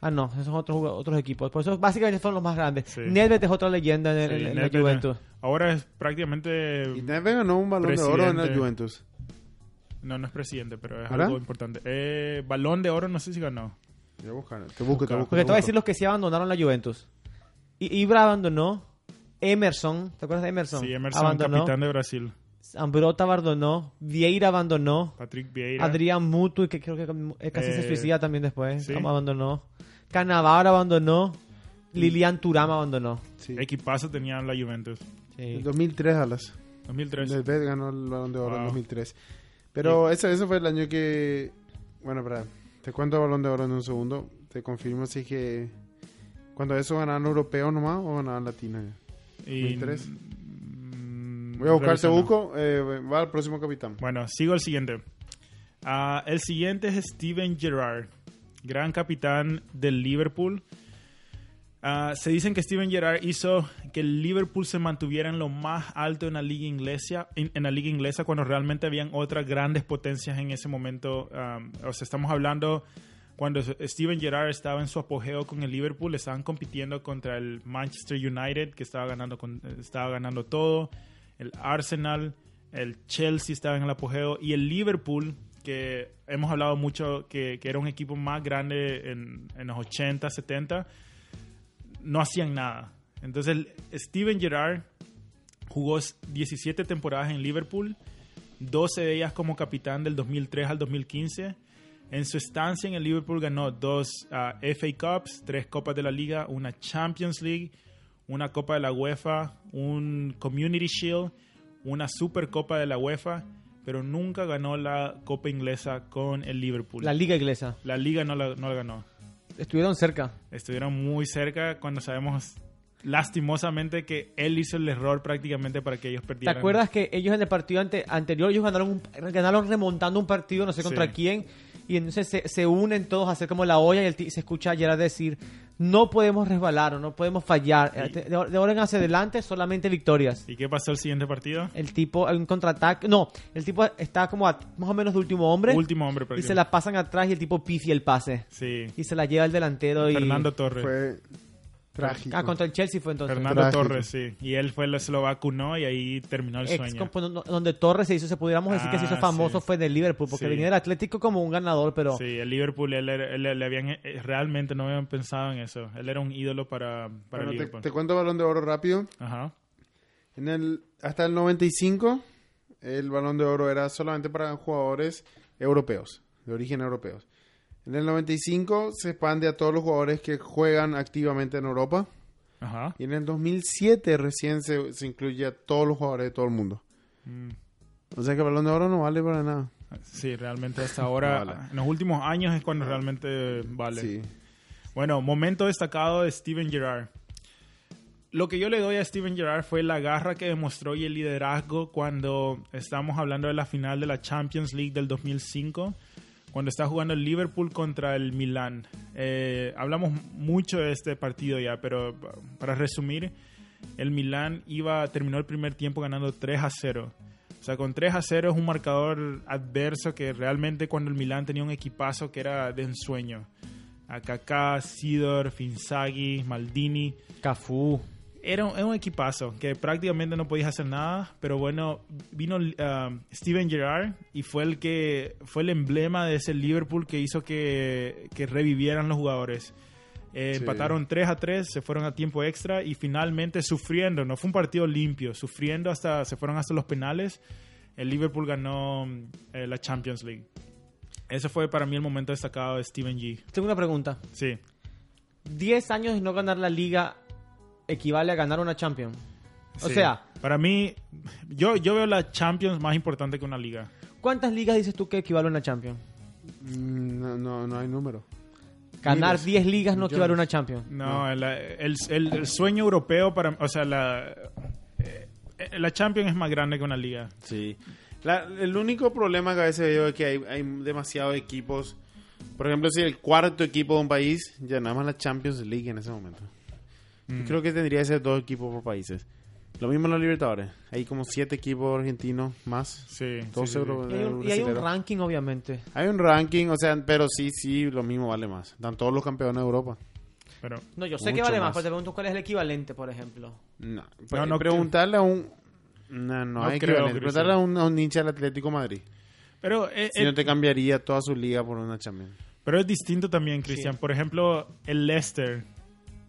Speaker 2: Ah, no, esos son otros, jugado- otros equipos. Por eso básicamente son los más grandes.
Speaker 1: Sí.
Speaker 2: Nedved es otra leyenda en, el-
Speaker 1: Sí,
Speaker 2: en la
Speaker 1: Nedved,
Speaker 2: Juventus.
Speaker 1: Ahora es prácticamente...
Speaker 3: Y Nedved ganó un balón de oro en la
Speaker 1: Mm. Presidente.
Speaker 3: Juventus.
Speaker 1: No, no es presidente, pero es
Speaker 3: ¿Verdad?
Speaker 1: algo importante. Eh, balón de oro, no sé si ganó.
Speaker 3: Voy a buscar. Te busco, te
Speaker 1: Busca.
Speaker 3: busco.
Speaker 2: Porque te
Speaker 3: te
Speaker 2: voy a
Speaker 3: busco.
Speaker 2: decir los que sí abandonaron la Juventus. I- Ibra abandonó. Emerson, ¿te acuerdas de Emerson?
Speaker 1: Sí, Emerson,
Speaker 2: abandonó.
Speaker 1: capitán de Brasil.
Speaker 2: Ambrota abandonó. Vieira abandonó.
Speaker 1: Patrick Vieira.
Speaker 2: Adrián Mutu, que creo que eh, casi se
Speaker 1: Eh,
Speaker 2: suicida también después.
Speaker 1: sí.
Speaker 2: Abandonó. Cannavaro abandonó.
Speaker 1: Mm.
Speaker 2: Lilian Turam abandonó.
Speaker 3: Sí.
Speaker 1: Equipazo tenía la Juventus.
Speaker 3: En 2003 Dallas.
Speaker 1: 2003.
Speaker 3: Nedved ganó el balón de oro en
Speaker 1: Wow.
Speaker 3: 2003. Pero ese, ese fue el año que... Bueno, espera. Te cuento el balón de oro en un segundo. Te confirmo si es que... Cuando eso ganaban europeos nomás o ganaban latinos. ya.
Speaker 1: Y-
Speaker 3: 2003.
Speaker 1: mm,
Speaker 3: Voy a buscar, te
Speaker 1: revisando.
Speaker 3: busco. eh, va al próximo capitán.
Speaker 1: Bueno, sigo el siguiente. Ah, el siguiente es Steven Gerrard, gran capitán del Liverpool. Ah, se dicen que Steven Gerrard hizo que el Liverpool se mantuviera en lo más alto en la liga inglesa, en, en la liga inglesa cuando realmente habían otras grandes potencias en ese momento. Am, o sea, estamos hablando cuando Steven Gerrard estaba en su apogeo con el Liverpool, estaban compitiendo contra el Manchester United que estaba ganando con- eh, estaba ganando todo, el Arsenal, el Chelsea estaba en el apogeo y el Liverpool que hemos hablado mucho que, que era un equipo más grande en, en los 80, 70 no hacían nada. Entonces, el- Steven Gerrard jugó 17 temporadas en Liverpool, 12 de ellas como capitán del 2003 al 2015. En su estancia en el Liverpool ganó dos ah, FA Cups, tres Copas de la Liga, una Champions League, una Copa de la UEFA, un Community Shield, una Supercopa de la UEFA, pero nunca ganó la Copa Inglesa con el Liverpool.
Speaker 2: La Liga Inglesa.
Speaker 1: La Liga no la- no la ganó
Speaker 2: Estuvieron cerca.
Speaker 1: estuvieron muy cerca cuando sabemos lastimosamente que él hizo el error prácticamente para que ellos
Speaker 2: ¿Te
Speaker 1: perdieran.
Speaker 2: acuerdas que ellos en el partido ante- anterior, ellos ganaron, un- ganaron remontando un partido, no sé contra
Speaker 1: Sí.
Speaker 2: quién, y entonces se, se unen todos a hacer como la olla y el ti- se escucha a Gerard decir, no podemos resbalar o no podemos fallar.
Speaker 1: Sí.
Speaker 2: De, de ahora en hacia adelante, solamente victorias.
Speaker 1: ¿Y qué pasó el siguiente partido?
Speaker 2: El tipo, hay un contraataque, no, el tipo está como a- más o menos de último hombre
Speaker 1: Último hombre
Speaker 2: y se
Speaker 1: prácticamente.
Speaker 2: la pasan atrás y el tipo pifia el pase.
Speaker 1: Sí,
Speaker 2: Y se la lleva el delantero y...
Speaker 1: Fernando Torres.
Speaker 3: Fue trágico.
Speaker 2: Ah, contra el Chelsea fue entonces.
Speaker 1: Fernando
Speaker 3: Trágico.
Speaker 1: Torres, sí. Y él fue, el- se lo vacunó y ahí terminó el
Speaker 2: Ex-
Speaker 1: sueño.
Speaker 2: compo- no- donde Torres se hizo, se pudiéramos decir que se hizo
Speaker 1: Ah,
Speaker 2: famoso
Speaker 1: sí.
Speaker 2: fue del Liverpool, porque
Speaker 1: Sí.
Speaker 2: venía del Atlético como un ganador, pero
Speaker 1: Sí, el Liverpool, él, era- él- le habían, eh, realmente no habían pensado en eso. Él era un ídolo para, para
Speaker 3: Bueno,
Speaker 1: el
Speaker 3: te,
Speaker 1: Liverpool.
Speaker 3: te cuento balón de oro rápido.
Speaker 1: Ajá.
Speaker 3: En el, hasta el 95, el balón de oro era solamente para jugadores europeos, de origen europeos. En el 95 se expande a todos los jugadores que juegan activamente en Europa.
Speaker 1: Ajá.
Speaker 3: Y en el 2007 recién se, se incluye a todos los jugadores de todo el mundo.
Speaker 1: Mm.
Speaker 3: O sea que el balón de oro no vale para nada.
Speaker 1: Sí, realmente hasta
Speaker 3: (laughs)
Speaker 1: ahora,
Speaker 3: No vale.
Speaker 1: en los últimos años es cuando realmente vale.
Speaker 3: Sí.
Speaker 1: Bueno, momento destacado de Steven Gerrard. lo que yo le doy a Steven Gerrard fue la garra que demostró y el liderazgo cuando estamos hablando de la final de la Champions League del 2005, cuando está jugando el Liverpool contra el Milan. Eh, hablamos mucho de este partido ya, pero pa- para resumir, el Milan iba, terminó el primer tiempo ganando 3 a 0. O sea, con 3 a 0 es un marcador adverso que realmente cuando el Milan tenía un equipazo que era de ensueño. A Kaká, Sidor, Finzaghi, Maldini
Speaker 2: Cafú.
Speaker 1: era un, era un equipazo que prácticamente no podías hacer nada, pero bueno, vino um, Steven Gerrard y fue el que fue el emblema de ese Liverpool que hizo que, que revivieran los jugadores. Eh,
Speaker 3: Sí.
Speaker 1: Empataron 3 a 3, se fueron a tiempo extra y finalmente sufriendo, no fue un partido limpio, sufriendo hasta se fueron hasta los penales. El Liverpool ganó mm, eh, la Champions League. Ese fue para mí el momento destacado de Steven G.
Speaker 2: Tengo una pregunta.
Speaker 1: Sí.
Speaker 2: 10 años de no ganar la liga equivale a ganar una Champions. O
Speaker 1: Sí.
Speaker 2: sea,
Speaker 1: para mí, yo, yo veo la Champions más importante que una liga.
Speaker 2: ¿cuántas ligas dices tú que equivale a una Champions?
Speaker 3: Mm, No, no, no hay número.
Speaker 2: Ganar
Speaker 3: Miles.
Speaker 2: 10 ligas no equivale a
Speaker 3: Millones.
Speaker 2: una Champions.
Speaker 1: No, la- el, el- el sueño europeo para... O sea, la, eh, la Champions es más grande que una liga.
Speaker 3: Sí. La- el único problema que a veces veo es que hay, hay demasiados equipos. Por ejemplo, si el cuarto equipo de un país, ya nada más la Champions League en ese momento. Yo creo que tendría que ser dos equipos por países. Lo mismo en los Libertadores. Hay como siete equipos argentinos más.
Speaker 1: Sí.
Speaker 3: Dos
Speaker 1: sí, sí, sí.
Speaker 3: euro-
Speaker 2: Y hay un, y hay un
Speaker 3: brasileros.
Speaker 2: ranking, obviamente.
Speaker 3: Hay un ranking, o sea, pero sí, sí, lo mismo vale más. Dan todos los campeones de Europa.
Speaker 1: Pero,
Speaker 2: No, yo sé que
Speaker 3: Mucho
Speaker 2: vale más,
Speaker 3: más.
Speaker 2: pero te pregunto cuál es el equivalente, por ejemplo.
Speaker 3: No,
Speaker 1: No,
Speaker 3: no,
Speaker 1: no
Speaker 3: preguntarle a un. No, no,
Speaker 1: No
Speaker 3: hay
Speaker 1: creo,
Speaker 3: equivalente.
Speaker 1: Cristian.
Speaker 3: Preguntarle a un, a un hincha del Atlético de Madrid.
Speaker 1: pero, eh,
Speaker 3: Si no
Speaker 1: eh,
Speaker 3: te cambiaría toda su liga por una Champions.
Speaker 1: pero es distinto también, Cristian. Por ejemplo, el Leicester,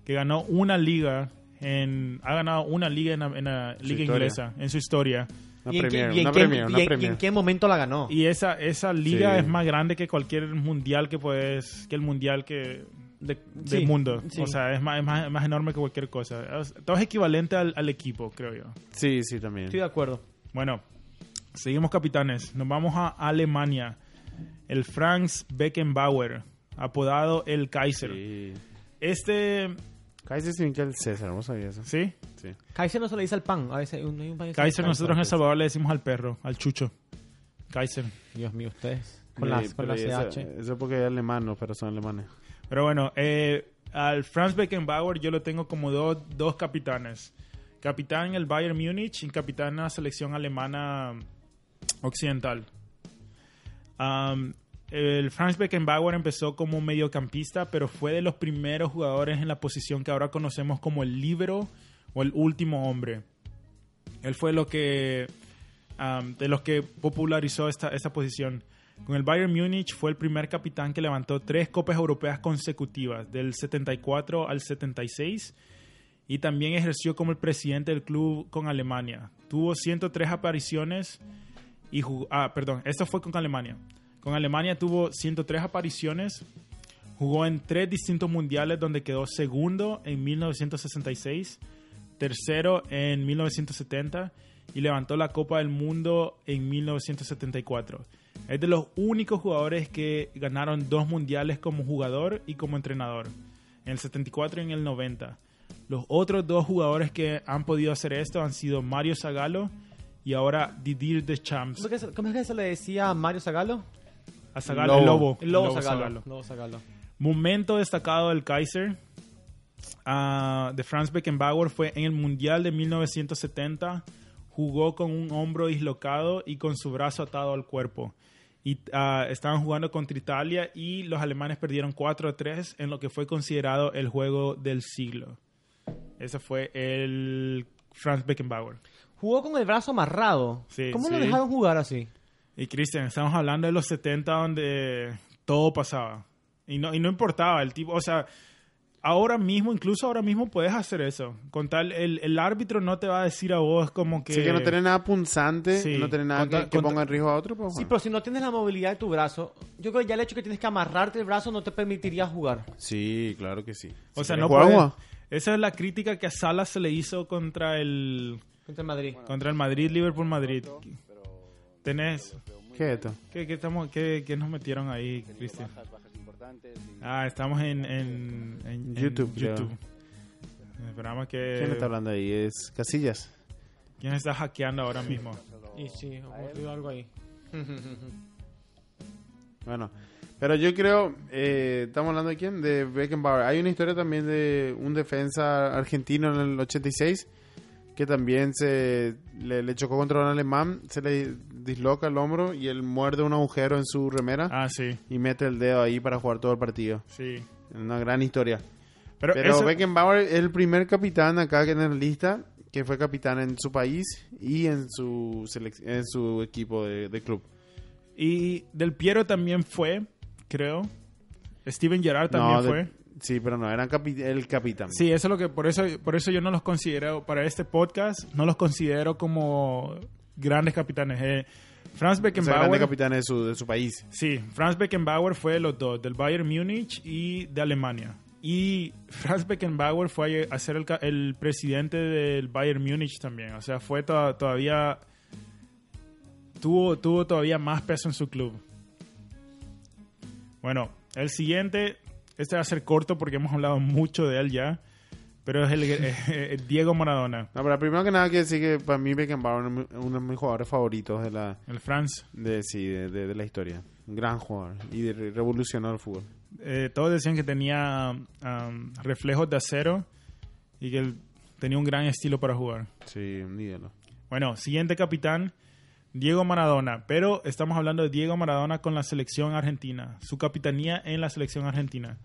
Speaker 1: que ganó una liga, en, ha ganado una liga en la, en la liga
Speaker 3: historia.
Speaker 1: inglesa, en su historia.
Speaker 3: Una
Speaker 2: ¿Y en qué-
Speaker 3: Premier,
Speaker 2: y en
Speaker 3: una
Speaker 2: qué-
Speaker 3: Premier,
Speaker 2: y
Speaker 3: una
Speaker 2: en- y en
Speaker 3: Premier.
Speaker 2: qué momento la ganó?
Speaker 1: Y esa, esa liga
Speaker 3: Sí.
Speaker 1: es más grande que cualquier mundial que puedes, que el mundial que de- del
Speaker 2: Sí,
Speaker 1: mundo.
Speaker 2: sí.
Speaker 1: O sea, es más, es más, es más enorme que cualquier cosa. Es- todo es equivalente al, al equipo, creo yo.
Speaker 3: Sí, sí, también.
Speaker 2: Estoy de acuerdo.
Speaker 1: Bueno, seguimos capitanes. Nos vamos a Alemania. El Franz Beckenbauer, apodado el Kaiser.
Speaker 3: Sí.
Speaker 1: Este,
Speaker 3: Kaiser significa el César, ¿vos sabías eso?
Speaker 1: ¿sí?
Speaker 3: Sí.
Speaker 2: Kaiser no se le dice al pan. A veces hay un, hay un pan que se-
Speaker 1: Kaiser, nosotros en El
Speaker 3: Kaiser.
Speaker 1: Salvador le decimos al perro, al chucho. Kaiser.
Speaker 2: Dios mío, ustedes. Con las, con las CH.
Speaker 3: Eso, eso porque es alemán, no, pero son alemanes.
Speaker 1: Pero bueno, eh, al Franz Beckenbauer yo lo tengo como dos- dos capitanes. Capitán en el Bayern Múnich y capitán en la selección alemana occidental. Am, el Franz Beckenbauer empezó como mediocampista, pero fue de los primeros jugadores en la posición que ahora conocemos como el libero o el último hombre. Él fue lo que am, um, de los que popularizó esta, esta posición. Con el Bayern Múnich fue el primer capitán que levantó tres copas europeas consecutivas, del 74 al 76, y también ejerció como el presidente del club con Alemania. Tuvo 103 apariciones y jugó, ah, perdón, esto fue con Alemania. Con Alemania tuvo 103 apariciones, jugó en tres distintos mundiales donde quedó segundo en 1966, tercero en 1970 y levantó la Copa del Mundo en 1974. Es de los únicos jugadores que ganaron dos mundiales como jugador y como entrenador, en el 74 y en el 90. Los otros dos jugadores que han podido hacer esto han sido Mario Zagallo y ahora Didier Deschamps.
Speaker 2: ¿Cómo es, que se, cómo es que se le decía a Mario Zagalo?
Speaker 1: A Zagallo, el
Speaker 3: Lobo.
Speaker 1: Lobo.
Speaker 2: El Lobo,
Speaker 1: Lobo
Speaker 2: Zagallo.
Speaker 1: Zagallo.
Speaker 2: Lobo Zagallo.
Speaker 1: Momento destacado del Kaiser ah, de Franz Beckenbauer fue en el Mundial de 1970. Jugó con un hombro dislocado y con su brazo atado al cuerpo. Y ah, estaban jugando contra Italia y los alemanes perdieron 4 a 3 en lo que fue considerado el juego del siglo. Ese fue el Franz Beckenbauer.
Speaker 2: Jugó con el brazo amarrado.
Speaker 1: Sí,
Speaker 2: ¿Cómo
Speaker 1: sí.
Speaker 2: lo dejaron jugar así?
Speaker 1: Y Cristian, estamos hablando de los 70 donde todo pasaba. Y no, y no importaba el tipo, o sea, ahora mismo, incluso ahora mismo puedes hacer eso. Con tal, el, el árbitro no te va a decir a vos como que...
Speaker 3: Sí, que no tiene nada punzante,
Speaker 1: Sí.
Speaker 3: no tiene nada
Speaker 1: Contra-
Speaker 3: que, que
Speaker 1: contra-
Speaker 3: ponga en riesgo a otro. Pues,
Speaker 2: Sí,
Speaker 3: bueno.
Speaker 2: pero si no tienes la movilidad de tu brazo, yo creo que ya el hecho que tienes que amarrarte el brazo no te permitiría jugar.
Speaker 3: sí, claro que sí.
Speaker 1: O
Speaker 3: Si
Speaker 1: sea,
Speaker 3: quieres
Speaker 1: no
Speaker 3: jugar,
Speaker 1: puedes-
Speaker 3: juega.
Speaker 1: Esa es la crítica que a Salas se le hizo contra el,
Speaker 2: Contra el Madrid.
Speaker 1: contra el Madrid, Liverpool Madrid. Tenés...
Speaker 3: ¿Qué es esto?
Speaker 1: ¿Qué, qué estamos, qué, qué nos metieron ahí, Cristian?
Speaker 5: bajas importantes.
Speaker 1: Ah, estamos en, en, en- en
Speaker 3: YouTube, creo.
Speaker 1: Esperamos que...
Speaker 3: ¿Quién está hablando ahí? Es Casillas.
Speaker 1: ¿Quién está hackeando ahora
Speaker 3: (laughs)
Speaker 1: mismo?
Speaker 2: Y sí, ocurrió algo ahí.
Speaker 3: Bueno, pero yo creo, eh, estamos hablando de quién, de Beckenbauer. Hay una historia también de un defensa argentino en el 86 que también se le, le chocó contra un alemán, se le disloca el hombro y él muerde un agujero en su remera
Speaker 1: Ah, sí,
Speaker 3: y mete el dedo ahí para jugar todo el partido.
Speaker 1: sí.
Speaker 3: Una gran historia.
Speaker 1: Pero,
Speaker 3: Pero
Speaker 1: eso-
Speaker 3: Beckenbauer es el primer capitán acá que en la lista que fue capitán en su país y en su selec- en su equipo de, de club.
Speaker 1: Y Del Piero también fue, creo. Steven Gerrard también
Speaker 3: No, de-
Speaker 1: fue.
Speaker 3: Sí, pero no, era capi- el capitán.
Speaker 1: Sí, eso es lo que por eso por eso yo no los considero para este podcast no los considero como grandes capitanes. Eh, Franz
Speaker 3: O sea, grande
Speaker 1: Beckenbauer.
Speaker 3: capitán de su, de su país.
Speaker 1: sí, Franz Beckenbauer fue de los dos, del Bayern Múnich y de Alemania. Y Franz Beckenbauer fue a a ser el, ca- el presidente del Bayern Múnich también. O sea, fue to- todavía tuvo tuvo todavía más peso en su club. Bueno, el siguiente, este va a ser corto porque hemos hablado mucho de él ya, pero es el, (laughs) eh, el Diego Maradona,
Speaker 3: No, pero primero que nada quiero decir que para mí Beckenbauer es mi- uno de mis jugadores favoritos de la
Speaker 1: el Franz.
Speaker 3: de, sí, de, de- de la historia. Un gran jugador y de- revolucionó el fútbol.
Speaker 1: Eh, todos decían que tenía um, reflejos de acero y que él tenía un gran estilo para jugar.
Speaker 3: Sí, un ídolo.
Speaker 1: Bueno, siguiente capitán, Diego Maradona, pero estamos hablando de Diego Maradona con la selección argentina, su capitanía en la selección argentina.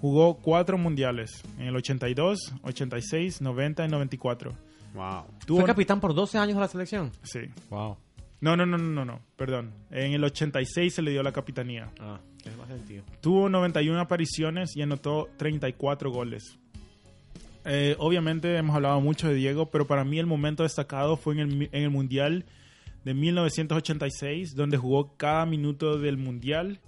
Speaker 1: Jugó cuatro mundiales, en el 82, 86, 90 y 94.
Speaker 3: Wow.
Speaker 1: Tuvo-
Speaker 2: Fue capitán por 12 años de la selección.
Speaker 1: Sí.
Speaker 2: Wow.
Speaker 1: No, no, no, no, no, no, perdón. En el 86 se le dio la capitanía.
Speaker 2: Ah, tiene más sentido.
Speaker 1: Tuvo 91 apariciones y anotó 34 goles. Eh, obviamente hemos hablado mucho de Diego, pero para mí el momento destacado fue en el, mi- en el Mundial de 1986, donde jugó cada minuto del Mundial,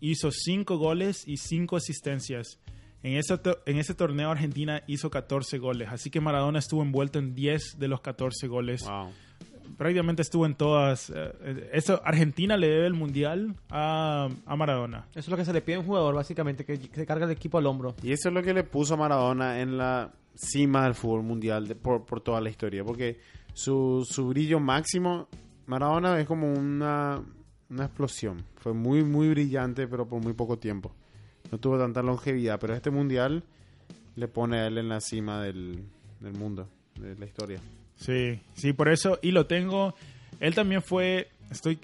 Speaker 1: hizo 5 goles y 5 asistencias. En, ese to- en ese torneo Argentina hizo 14 goles, así que Maradona estuvo envuelto en 10 de los 14 goles
Speaker 3: Wow.
Speaker 1: prácticamente estuvo en todas. eh, Eso, Argentina le debe el mundial a, a Maradona.
Speaker 2: Eso es lo que se le pide a un jugador, básicamente, que se carga el equipo al hombro.
Speaker 3: Y eso es lo que le puso a Maradona en la cima del fútbol mundial de- por, por toda la historia. Porque su, su brillo máximo, Maradona es como una, una explosión. Fue muy, muy brillante, pero por muy poco tiempo. No tuvo tanta longevidad, pero este mundial le pone a él en la cima del, del mundo, de la historia.
Speaker 1: Sí, sí, por eso. Y lo tengo. Él también fue. Estoy.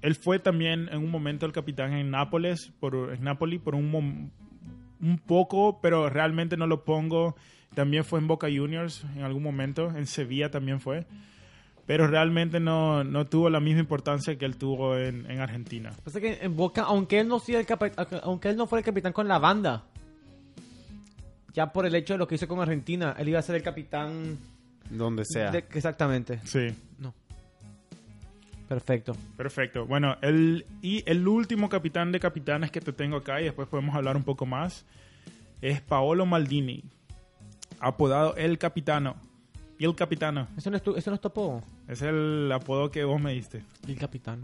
Speaker 1: Él fue también en un momento el capitán en Nápoles, por, en Napoli, por un, mom- un poco, pero realmente no lo pongo. También fue en Boca Juniors en algún momento, en Sevilla también fue. Pero realmente no, no tuvo la misma importancia que él tuvo en, en Argentina.
Speaker 2: Pasa que en Boca, aunque él no sea el capi- aunque él no fuera el capitán con la banda, ya por el hecho de lo que hizo con Argentina, él iba a ser el capitán.
Speaker 3: Donde sea.
Speaker 2: de- exactamente.
Speaker 1: Sí.
Speaker 2: No. Perfecto.
Speaker 1: Perfecto. Bueno, el, y el último capitán de capitanes que te tengo acá, y después podemos hablar un poco más, es Paolo Maldini, apodado El Capitano. Y el Capitano.
Speaker 2: Eso no es, tu- eso no es topo.
Speaker 1: Es el apodo que vos me diste.
Speaker 2: El capitán.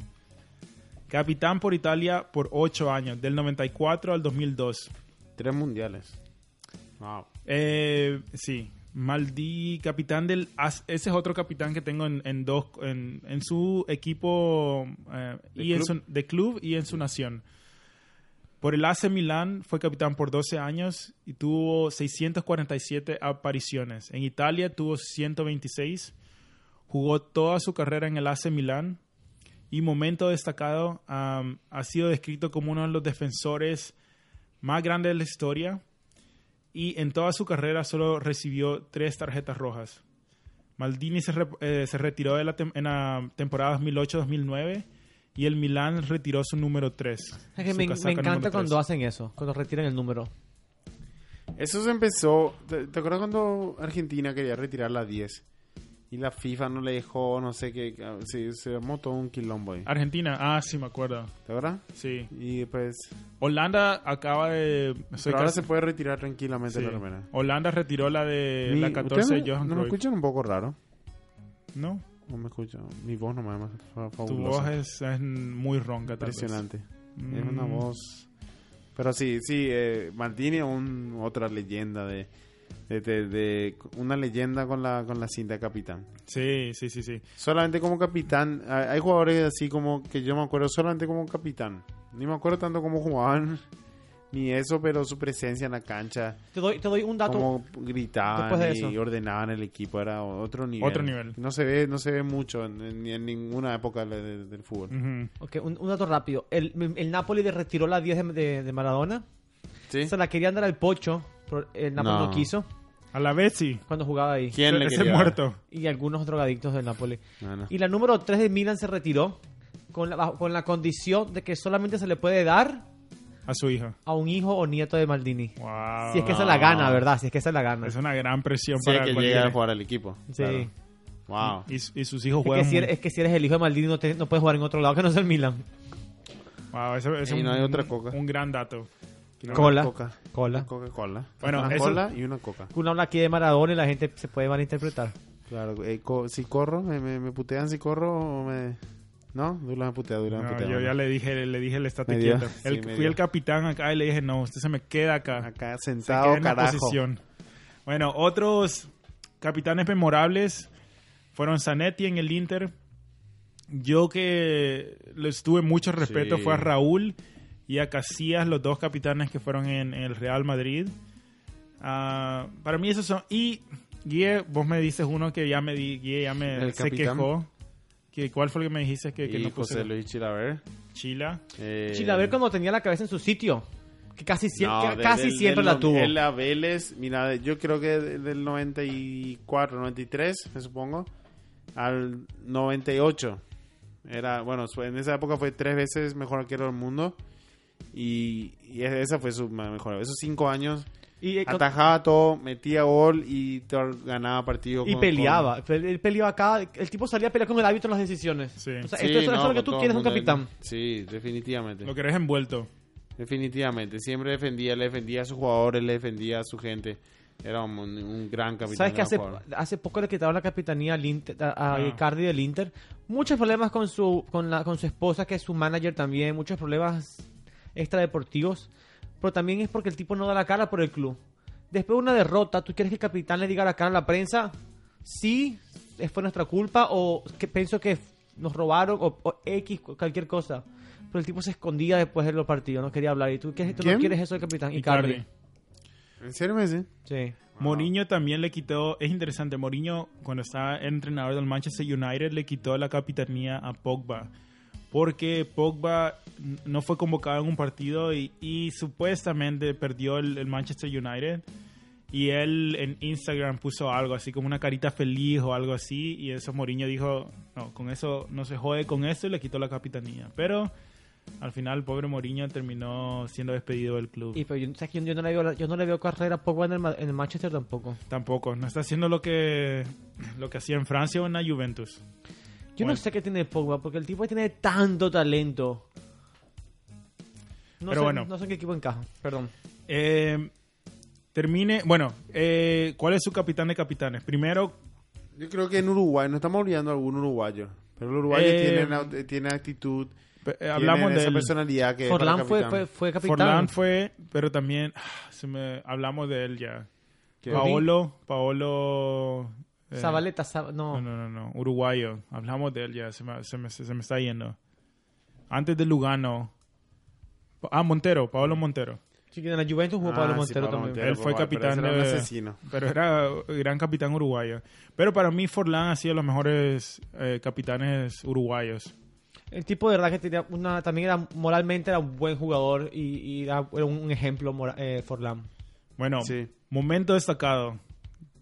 Speaker 1: Capitán por Italia por 8 años, del 94 al 2002.
Speaker 3: Tres mundiales. Wow.
Speaker 1: Eh, sí, Maldi, capitán del... AS- Ese es otro capitán que tengo en, en dos, en, en su equipo eh,
Speaker 3: ¿De
Speaker 1: y en
Speaker 3: club?
Speaker 1: su- de club y en su nación. Por el AC Milán fue capitán por 12 años y tuvo 647 apariciones. En Italia tuvo 126. Jugó toda su carrera en el AC Milán y momento destacado am, ha sido descrito como uno de los defensores más grandes de la historia y en toda su carrera solo recibió tres tarjetas rojas. Maldini se, re- eh, se retiró de la tem- en la temporada 2008-2009 y el Milán retiró su número 3.
Speaker 2: Es que me, me encanta cuando hacen eso, cuando retiran el número.
Speaker 3: Eso se empezó. ¿Te, te acuerdas cuando Argentina quería retirar la 10? Y la FIFA no le dejó, no sé qué. ah, Sí, se armó todo un quilombo ahí.
Speaker 1: Argentina, ah, sí, me acuerdo.
Speaker 3: ¿Te acuerdas?
Speaker 1: Sí.
Speaker 3: Y pues.
Speaker 1: Holanda acaba de... soy
Speaker 3: pero ahora
Speaker 1: casi-
Speaker 3: se puede retirar tranquilamente
Speaker 1: sí.
Speaker 3: la remera.
Speaker 1: Holanda retiró la de
Speaker 3: Mi-
Speaker 1: la 14 de
Speaker 3: ¿ustedes
Speaker 1: Johan
Speaker 3: ¿No me
Speaker 1: Cruyff.
Speaker 3: escuchan un poco raro?
Speaker 1: No,
Speaker 3: No me escuchan. Mi voz no me más fa-
Speaker 1: tu
Speaker 3: fabulosa.
Speaker 1: voz es, es muy ronca. tal vez.
Speaker 3: impresionante.
Speaker 1: Mm.
Speaker 3: Es una voz. Pero sí, sí, eh, Maldini es un- otra leyenda de, de, de- de una leyenda con la, con la cinta de capitán.
Speaker 1: Sí, sí, sí, sí.
Speaker 3: Solamente como capitán, hay hay jugadores así como que yo me acuerdo solamente como capitán. Ni me acuerdo tanto cómo jugaban, (laughs) ni eso, pero su presencia en la cancha,
Speaker 2: Te doy, te doy un dato.
Speaker 3: cómo gritaban
Speaker 2: después de
Speaker 3: y
Speaker 2: eso.
Speaker 3: ordenaban el equipo, era otro nivel.
Speaker 1: Otro nivel.
Speaker 3: No se ve, no se ve mucho en, en- ni en ninguna época de- de- del fútbol.
Speaker 1: Ujú.
Speaker 2: Ok, un, un dato rápido. El, el Napoli le retiró la 10 de, de- de Maradona.
Speaker 3: ¿Sí?
Speaker 2: Se la querían dar al Pocho. pero el Napoli no.
Speaker 3: No.
Speaker 2: quiso
Speaker 1: A la vez sí.
Speaker 2: cuando jugaba ahí.
Speaker 3: ¿Quién le
Speaker 1: Ese
Speaker 3: quería?
Speaker 1: muerto.
Speaker 2: Y algunos drogadictos del Napoli.
Speaker 3: Ah, no.
Speaker 2: Y la número 3 de Milan se retiró con la, bajo- con la condición de que solamente se le puede dar
Speaker 1: A su hija.
Speaker 2: a un hijo o nieto de Maldini.
Speaker 1: Wow.
Speaker 2: Si es que se la gana, ¿verdad? Si es que se la gana.
Speaker 1: Es una gran presión
Speaker 3: Sí,
Speaker 1: para
Speaker 3: que
Speaker 1: cualquiera.
Speaker 3: llega a jugar al equipo.
Speaker 2: Sí.
Speaker 3: claro. Wow.
Speaker 1: Y, su- y sus hijos
Speaker 2: Es que,
Speaker 1: juegan.
Speaker 2: si eres,
Speaker 1: muy-
Speaker 2: es que si eres el hijo de Maldini no, te- no puedes jugar en otro lado que no sea el Milan.
Speaker 1: Wow, ese- ese es
Speaker 3: Y no
Speaker 1: un-
Speaker 3: hay otra coca.
Speaker 1: Un gran dato.
Speaker 3: Una
Speaker 2: Cola.
Speaker 3: Coca.
Speaker 2: Cola.
Speaker 3: Una Coca-Cola.
Speaker 1: Bueno,
Speaker 3: una
Speaker 1: eso-
Speaker 3: cola y una coca.
Speaker 2: Uno habla aquí de Maradona y la gente se puede malinterpretar.
Speaker 3: Claro, eh, co- si corro, me, me, me putean si corro o me... No, Dula me putea, Dula me
Speaker 1: No,
Speaker 3: putea.
Speaker 1: yo ya
Speaker 3: bueno.
Speaker 1: le dije, le dije el estate
Speaker 3: Me dio,
Speaker 1: quieto.
Speaker 3: sí,
Speaker 1: El-
Speaker 3: me
Speaker 1: fui
Speaker 3: dio.
Speaker 1: el capitán acá y le dije, no, usted se me queda acá.
Speaker 3: Acá
Speaker 1: Se queda
Speaker 3: sentado,
Speaker 1: en la
Speaker 3: carajo.
Speaker 1: posición. Bueno, otros capitanes memorables fueron Zanetti en el Inter. Yo que les tuve mucho respeto
Speaker 3: Sí.
Speaker 1: fue a Raúl y a Casillas, los dos capitanes que fueron en, en el Real Madrid. Ah, para mí esos son... Y Guille, vos me dices uno que ya me di, Guille ya me
Speaker 3: El
Speaker 1: se
Speaker 3: capitán.
Speaker 1: quejó. Que, ¿Cuál fue el que me dijiste que, que
Speaker 3: y
Speaker 1: no puse?
Speaker 3: José Luis Chilaver.
Speaker 1: Chila.
Speaker 3: Eh,
Speaker 2: Chilaver cuando tenía la cabeza en su sitio. Que casi, sie-
Speaker 3: no,
Speaker 2: que
Speaker 3: de-
Speaker 2: casi
Speaker 3: del-
Speaker 2: siempre
Speaker 3: del
Speaker 2: la
Speaker 3: no-
Speaker 2: tuvo.
Speaker 3: Él a Vélez, mira, de- yo creo que de- del 94, 93, me supongo, al 98. Era, bueno, su- en esa época fue tres veces mejor arquero del mundo. Y, y esa fue su ma- mejor. Esos cinco años
Speaker 2: Y, eh, con-
Speaker 3: atajaba todo, metía gol y te or- ganaba partido.
Speaker 2: y
Speaker 3: con-
Speaker 2: peleaba. Pe- Él peleaba cada... El tipo salía a pelear con el hábito en las decisiones.
Speaker 1: Sí.
Speaker 2: O
Speaker 3: con-
Speaker 2: sea,
Speaker 3: Sí,
Speaker 2: esto, eso
Speaker 3: no,
Speaker 2: es lo que
Speaker 3: con
Speaker 2: tú
Speaker 3: todo
Speaker 2: quieres
Speaker 3: el
Speaker 2: un
Speaker 3: mundo.
Speaker 2: capitán.
Speaker 3: Sí, definitivamente.
Speaker 1: Lo querés envuelto.
Speaker 3: Definitivamente. Siempre defendía, le defendía a sus jugadores, le defendía a su gente. Era un, un gran capitán.
Speaker 2: ¿Sabes que
Speaker 3: gran
Speaker 2: hace,
Speaker 3: jugador.
Speaker 2: hace poco le quitaron la capitanía al Inter- a, a
Speaker 1: Ah.
Speaker 2: Icardi del Inter? Muchos problemas con su, con, la, con su esposa, que es su manager también, muchos problemas extradeportivos, pero también es porque el tipo no da la cara por el club. Después de una derrota, ¿tú quieres que el capitán le diga la cara a la prensa? Sí, es- fue nuestra culpa o que pienso que nos robaron o, o X, cualquier cosa. Pero el tipo se escondía después de los partidos, no quería hablar. ¿Y tú, quieres, tú no
Speaker 3: ¿Quién?
Speaker 2: quieres eso del capitán? Icardi.
Speaker 1: Icardi.
Speaker 3: ¿En serio me dice?
Speaker 2: Sí.
Speaker 1: Mourinho también le quitó, es interesante, Mourinho cuando estaba entrenador del Manchester United le quitó la capitanía a Pogba porque Pogba n- no fue convocado en un partido y, y supuestamente perdió el, el Manchester United y él en Instagram puso algo así como una carita feliz o algo así y eso Mourinho dijo, no, con eso no se jode con eso y le quitó la capitanía, pero al final pobre Mourinho terminó siendo despedido del club.
Speaker 2: Y pero yo, ¿sabes qué? Yo no le veo, la- yo no le veo carrera a Pogba en el, Ma- en el Manchester tampoco.
Speaker 1: Tampoco, no está haciendo lo que lo que hacía en Francia o en la Juventus.
Speaker 2: Yo
Speaker 1: Bueno.
Speaker 2: no sé qué tiene Pogba, porque el tipo tiene tanto talento. No
Speaker 1: Pero
Speaker 2: sé,
Speaker 1: bueno.
Speaker 2: No sé en qué equipo encaja, perdón.
Speaker 1: Eh, termine, bueno, eh, ¿cuál es su capitán de capitanes? Primero,
Speaker 3: Yo creo que en Uruguay, no estamos olvidando a algún uruguayo. Pero los uruguayos
Speaker 1: Eh,
Speaker 3: tienen, aut- eh, tienen actitud,
Speaker 1: pe- eh,
Speaker 3: hablamos
Speaker 1: hablamos
Speaker 3: de esa
Speaker 1: de
Speaker 3: personalidad que es para
Speaker 2: Forlán fue, fue,
Speaker 3: capitán.
Speaker 2: fue capitán.
Speaker 1: Forlán fue, pero también ah, se me- hablamos de él ya.
Speaker 3: ¿Qué?
Speaker 1: Paolo, Paolo eh,
Speaker 2: Zabaleta, Zab- no.
Speaker 1: No, no, no, no, uruguayo. Hablamos de él ya, se me, se me- se me está yendo. Antes de Lugano. Ah, Montero, Paolo Montero.
Speaker 2: Sí, que en la Juventus jugó
Speaker 3: Ah,
Speaker 2: Pablo
Speaker 3: sí,
Speaker 2: Montero
Speaker 3: Pablo
Speaker 2: también.
Speaker 3: Montero,
Speaker 1: Él fue
Speaker 3: papá, pero
Speaker 1: capitán
Speaker 3: ese era un
Speaker 1: de-
Speaker 3: asesino.
Speaker 1: Pero era gran capitán uruguayo. Pero para mí Forlán ha sido los mejores eh, capitanes uruguayos.
Speaker 2: El tipo de verdad que tenía una, también era moralmente era un buen jugador y, y era, era un ejemplo mora- eh, Forlán.
Speaker 1: Bueno,
Speaker 3: Sí.
Speaker 1: momento destacado.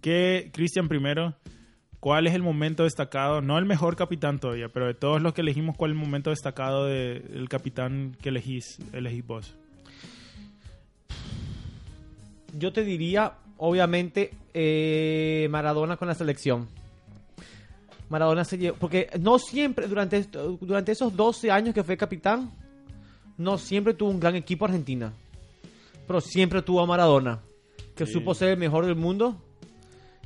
Speaker 1: ¿Qué, Cristian primero? ¿Cuál es el momento destacado? No el mejor capitán todavía, pero de todos los que elegimos, ¿cuál es el momento destacado de- del capitán que elegís, elegís vos?
Speaker 2: Yo te diría, obviamente, eh, Maradona con la selección. Maradona se llevó. Porque no siempre, durante, esto- durante esos 12 años que fue capitán, no siempre tuvo un gran equipo Argentina. Pero siempre tuvo a Maradona, que
Speaker 3: Sí.
Speaker 2: supo ser el mejor del mundo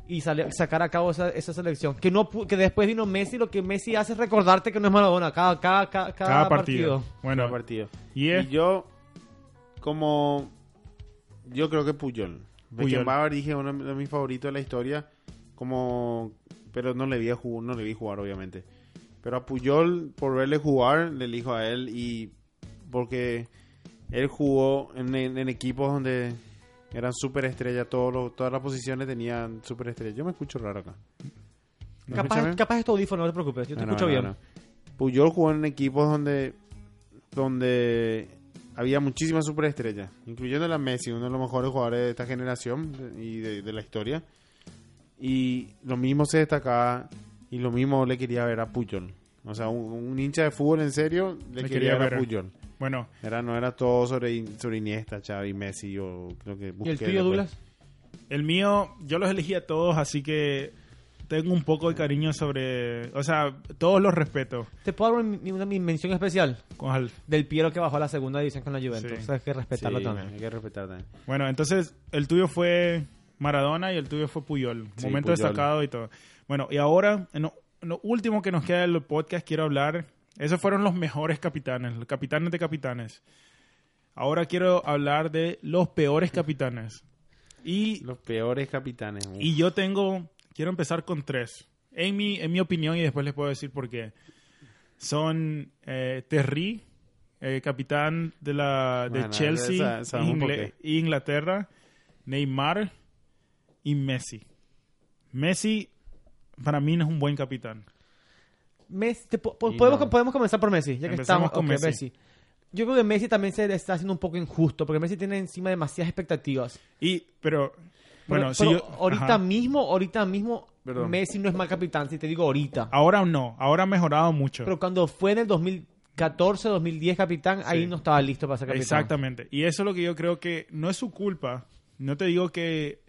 Speaker 2: y sale- sacar a cabo esa, esa selección. Que, no, pu- que después vino Messi, lo que Messi hace es recordarte que no es Maradona cada, cada, cada, cada
Speaker 1: Cada partido.
Speaker 2: partido.
Speaker 1: Bueno,
Speaker 3: Cada partido.
Speaker 1: y es-
Speaker 3: Y yo, como. Yo creo que Puyol.
Speaker 1: Puyol.
Speaker 3: Beckenbauer dije uno de mis favoritos de la historia, como pero no le vi a jugar, no le vi jugar obviamente. Pero a Puyol por verle jugar le elijo a él y porque él jugó en, en- en equipos donde eran superestrellas, todos los- todas las posiciones tenían superestrellas. Yo me escucho raro acá. ¿Me
Speaker 2: Capaz,
Speaker 3: escuchan
Speaker 2: capaz es tu audífono, no te preocupes, yo te
Speaker 3: Ah, no, no,
Speaker 2: escucho
Speaker 3: no,
Speaker 2: bien.
Speaker 3: no. Puyol jugó en equipos donde donde había muchísimas superestrellas, incluyendo la Messi, uno de los mejores jugadores de esta generación de- y de, de la historia. Y lo mismo se destacaba y lo mismo le quería ver a Puyol. O sea, un, un hincha de fútbol en serio le
Speaker 1: Me
Speaker 3: quería,
Speaker 1: quería
Speaker 3: ver a
Speaker 1: ver.
Speaker 3: Puyol.
Speaker 1: Bueno,
Speaker 3: Era, no era todo sobre, sobre Iniesta, Xavi, Messi o creo que
Speaker 2: ¿Y el
Speaker 3: Busquets
Speaker 2: tuyo,
Speaker 3: después.
Speaker 2: Douglas?
Speaker 1: El mío, yo los elegí a todos, así que tengo un poco de cariño sobre. O sea, todos los respeto.
Speaker 2: ¿Te puedo dar una, una mención especial?
Speaker 1: ¿Cuál?
Speaker 2: Del Piero que bajó a la segunda división con la Juventus.
Speaker 1: Sí.
Speaker 2: O sea, hay que respetarlo
Speaker 3: Sí,
Speaker 2: también.
Speaker 3: Hay que respetar también.
Speaker 1: Bueno, entonces el tuyo fue Maradona y el tuyo fue Puyol.
Speaker 3: Sí,
Speaker 1: Momento
Speaker 3: Puyol.
Speaker 1: destacado y todo. Bueno, y ahora, en lo, en lo último que nos queda del podcast, quiero hablar. Esos fueron los mejores capitanes, los capitanes de capitanes. Ahora quiero hablar de los peores capitanes. Y
Speaker 3: Los peores capitanes. uf.
Speaker 1: Y yo tengo, quiero empezar con tres. En mi, en mi opinión, y después les puedo decir por qué. Son eh, Terry, eh, capitán de la de
Speaker 3: Bueno,
Speaker 1: Chelsea,
Speaker 3: esa- sabemos por
Speaker 1: Ingle- Inglaterra, Neymar y Messi. Messi, para mí, no es un buen capitán.
Speaker 2: Messi, te po- po-
Speaker 3: Y
Speaker 2: podemos,
Speaker 3: no.
Speaker 2: podemos comenzar por Messi, ya que
Speaker 1: Empecemos
Speaker 2: estamos
Speaker 1: con
Speaker 2: ok,
Speaker 1: Messi.
Speaker 2: Yo creo que Messi también se le está haciendo un poco injusto, porque Messi tiene encima demasiadas expectativas.
Speaker 1: Y, pero,
Speaker 2: Pero-
Speaker 1: bueno, si
Speaker 2: pero
Speaker 1: yo-
Speaker 2: ahorita
Speaker 1: ajá.
Speaker 2: mismo, ahorita mismo,
Speaker 3: Perdón.
Speaker 2: Messi no es mal capitán, si te digo ahorita.
Speaker 1: Ahora no, ahora ha mejorado mucho.
Speaker 2: Pero cuando fue en el 2014, 2010 capitán, ahí no estaba listo para ser capitán.
Speaker 1: Exactamente. Y eso es lo que yo creo que no es su culpa. No te digo que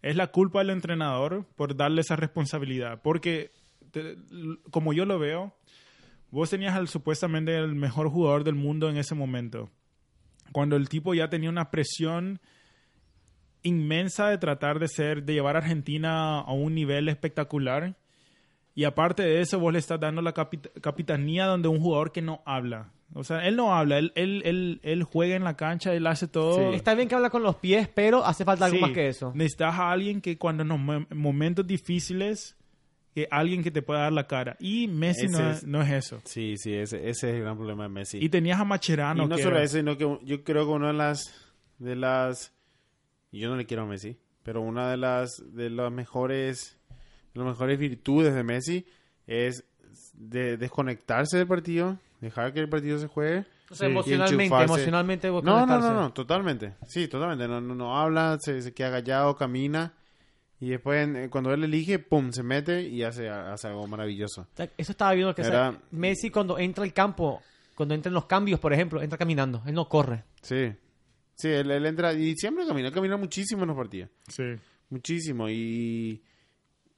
Speaker 1: es la culpa del entrenador por darle esa responsabilidad. Porque, te- l- como yo lo veo, vos tenías al supuestamente el mejor jugador del mundo en ese momento. Cuando el tipo ya tenía una presión inmensa de tratar de ser, de llevar a Argentina a un nivel espectacular. Y aparte de eso, vos le estás dando la capit- capitanía donde un jugador que no habla. O sea, él no habla, él, él, él, él juega en la cancha, él hace todo.
Speaker 3: Sí.
Speaker 2: Está bien que habla con los pies, pero hace falta algo
Speaker 1: Sí,
Speaker 2: más que eso.
Speaker 1: Necesitas a alguien que cuando en los mom- momentos difíciles, que alguien que te pueda dar la cara. Y Messi no
Speaker 3: Ese
Speaker 1: es,
Speaker 3: es-
Speaker 1: no es eso.
Speaker 3: Sí, sí, ese, ese es el gran problema de Messi.
Speaker 1: Y tenías a Macherano.
Speaker 3: y no
Speaker 1: que
Speaker 3: solo
Speaker 1: era-
Speaker 3: eso, sino que yo creo que una de las de las y yo no le quiero a Messi, pero una de las de las mejores de las mejores virtudes de Messi es de desconectarse del partido, dejar que el partido se juegue.
Speaker 2: O sea,
Speaker 3: y
Speaker 2: emocionalmente,
Speaker 3: enchufarse.
Speaker 2: emocionalmente. vos
Speaker 3: No, no,
Speaker 2: conectarse.
Speaker 3: no, no, totalmente. Sí, totalmente. No, no, no habla, se, se queda callado, camina. Y después, en- eh, cuando él elige, pum, se mete y hace, hace algo maravilloso.
Speaker 2: O sea, Eso estaba viendo que o sea,
Speaker 3: Era-
Speaker 2: Messi cuando entra al campo, cuando entra en los cambios, por ejemplo, entra caminando, él no corre.
Speaker 3: Sí. Sí, él, él entra y siempre camina, camina muchísimo en los partidos.
Speaker 1: Sí.
Speaker 3: Muchísimo. Y,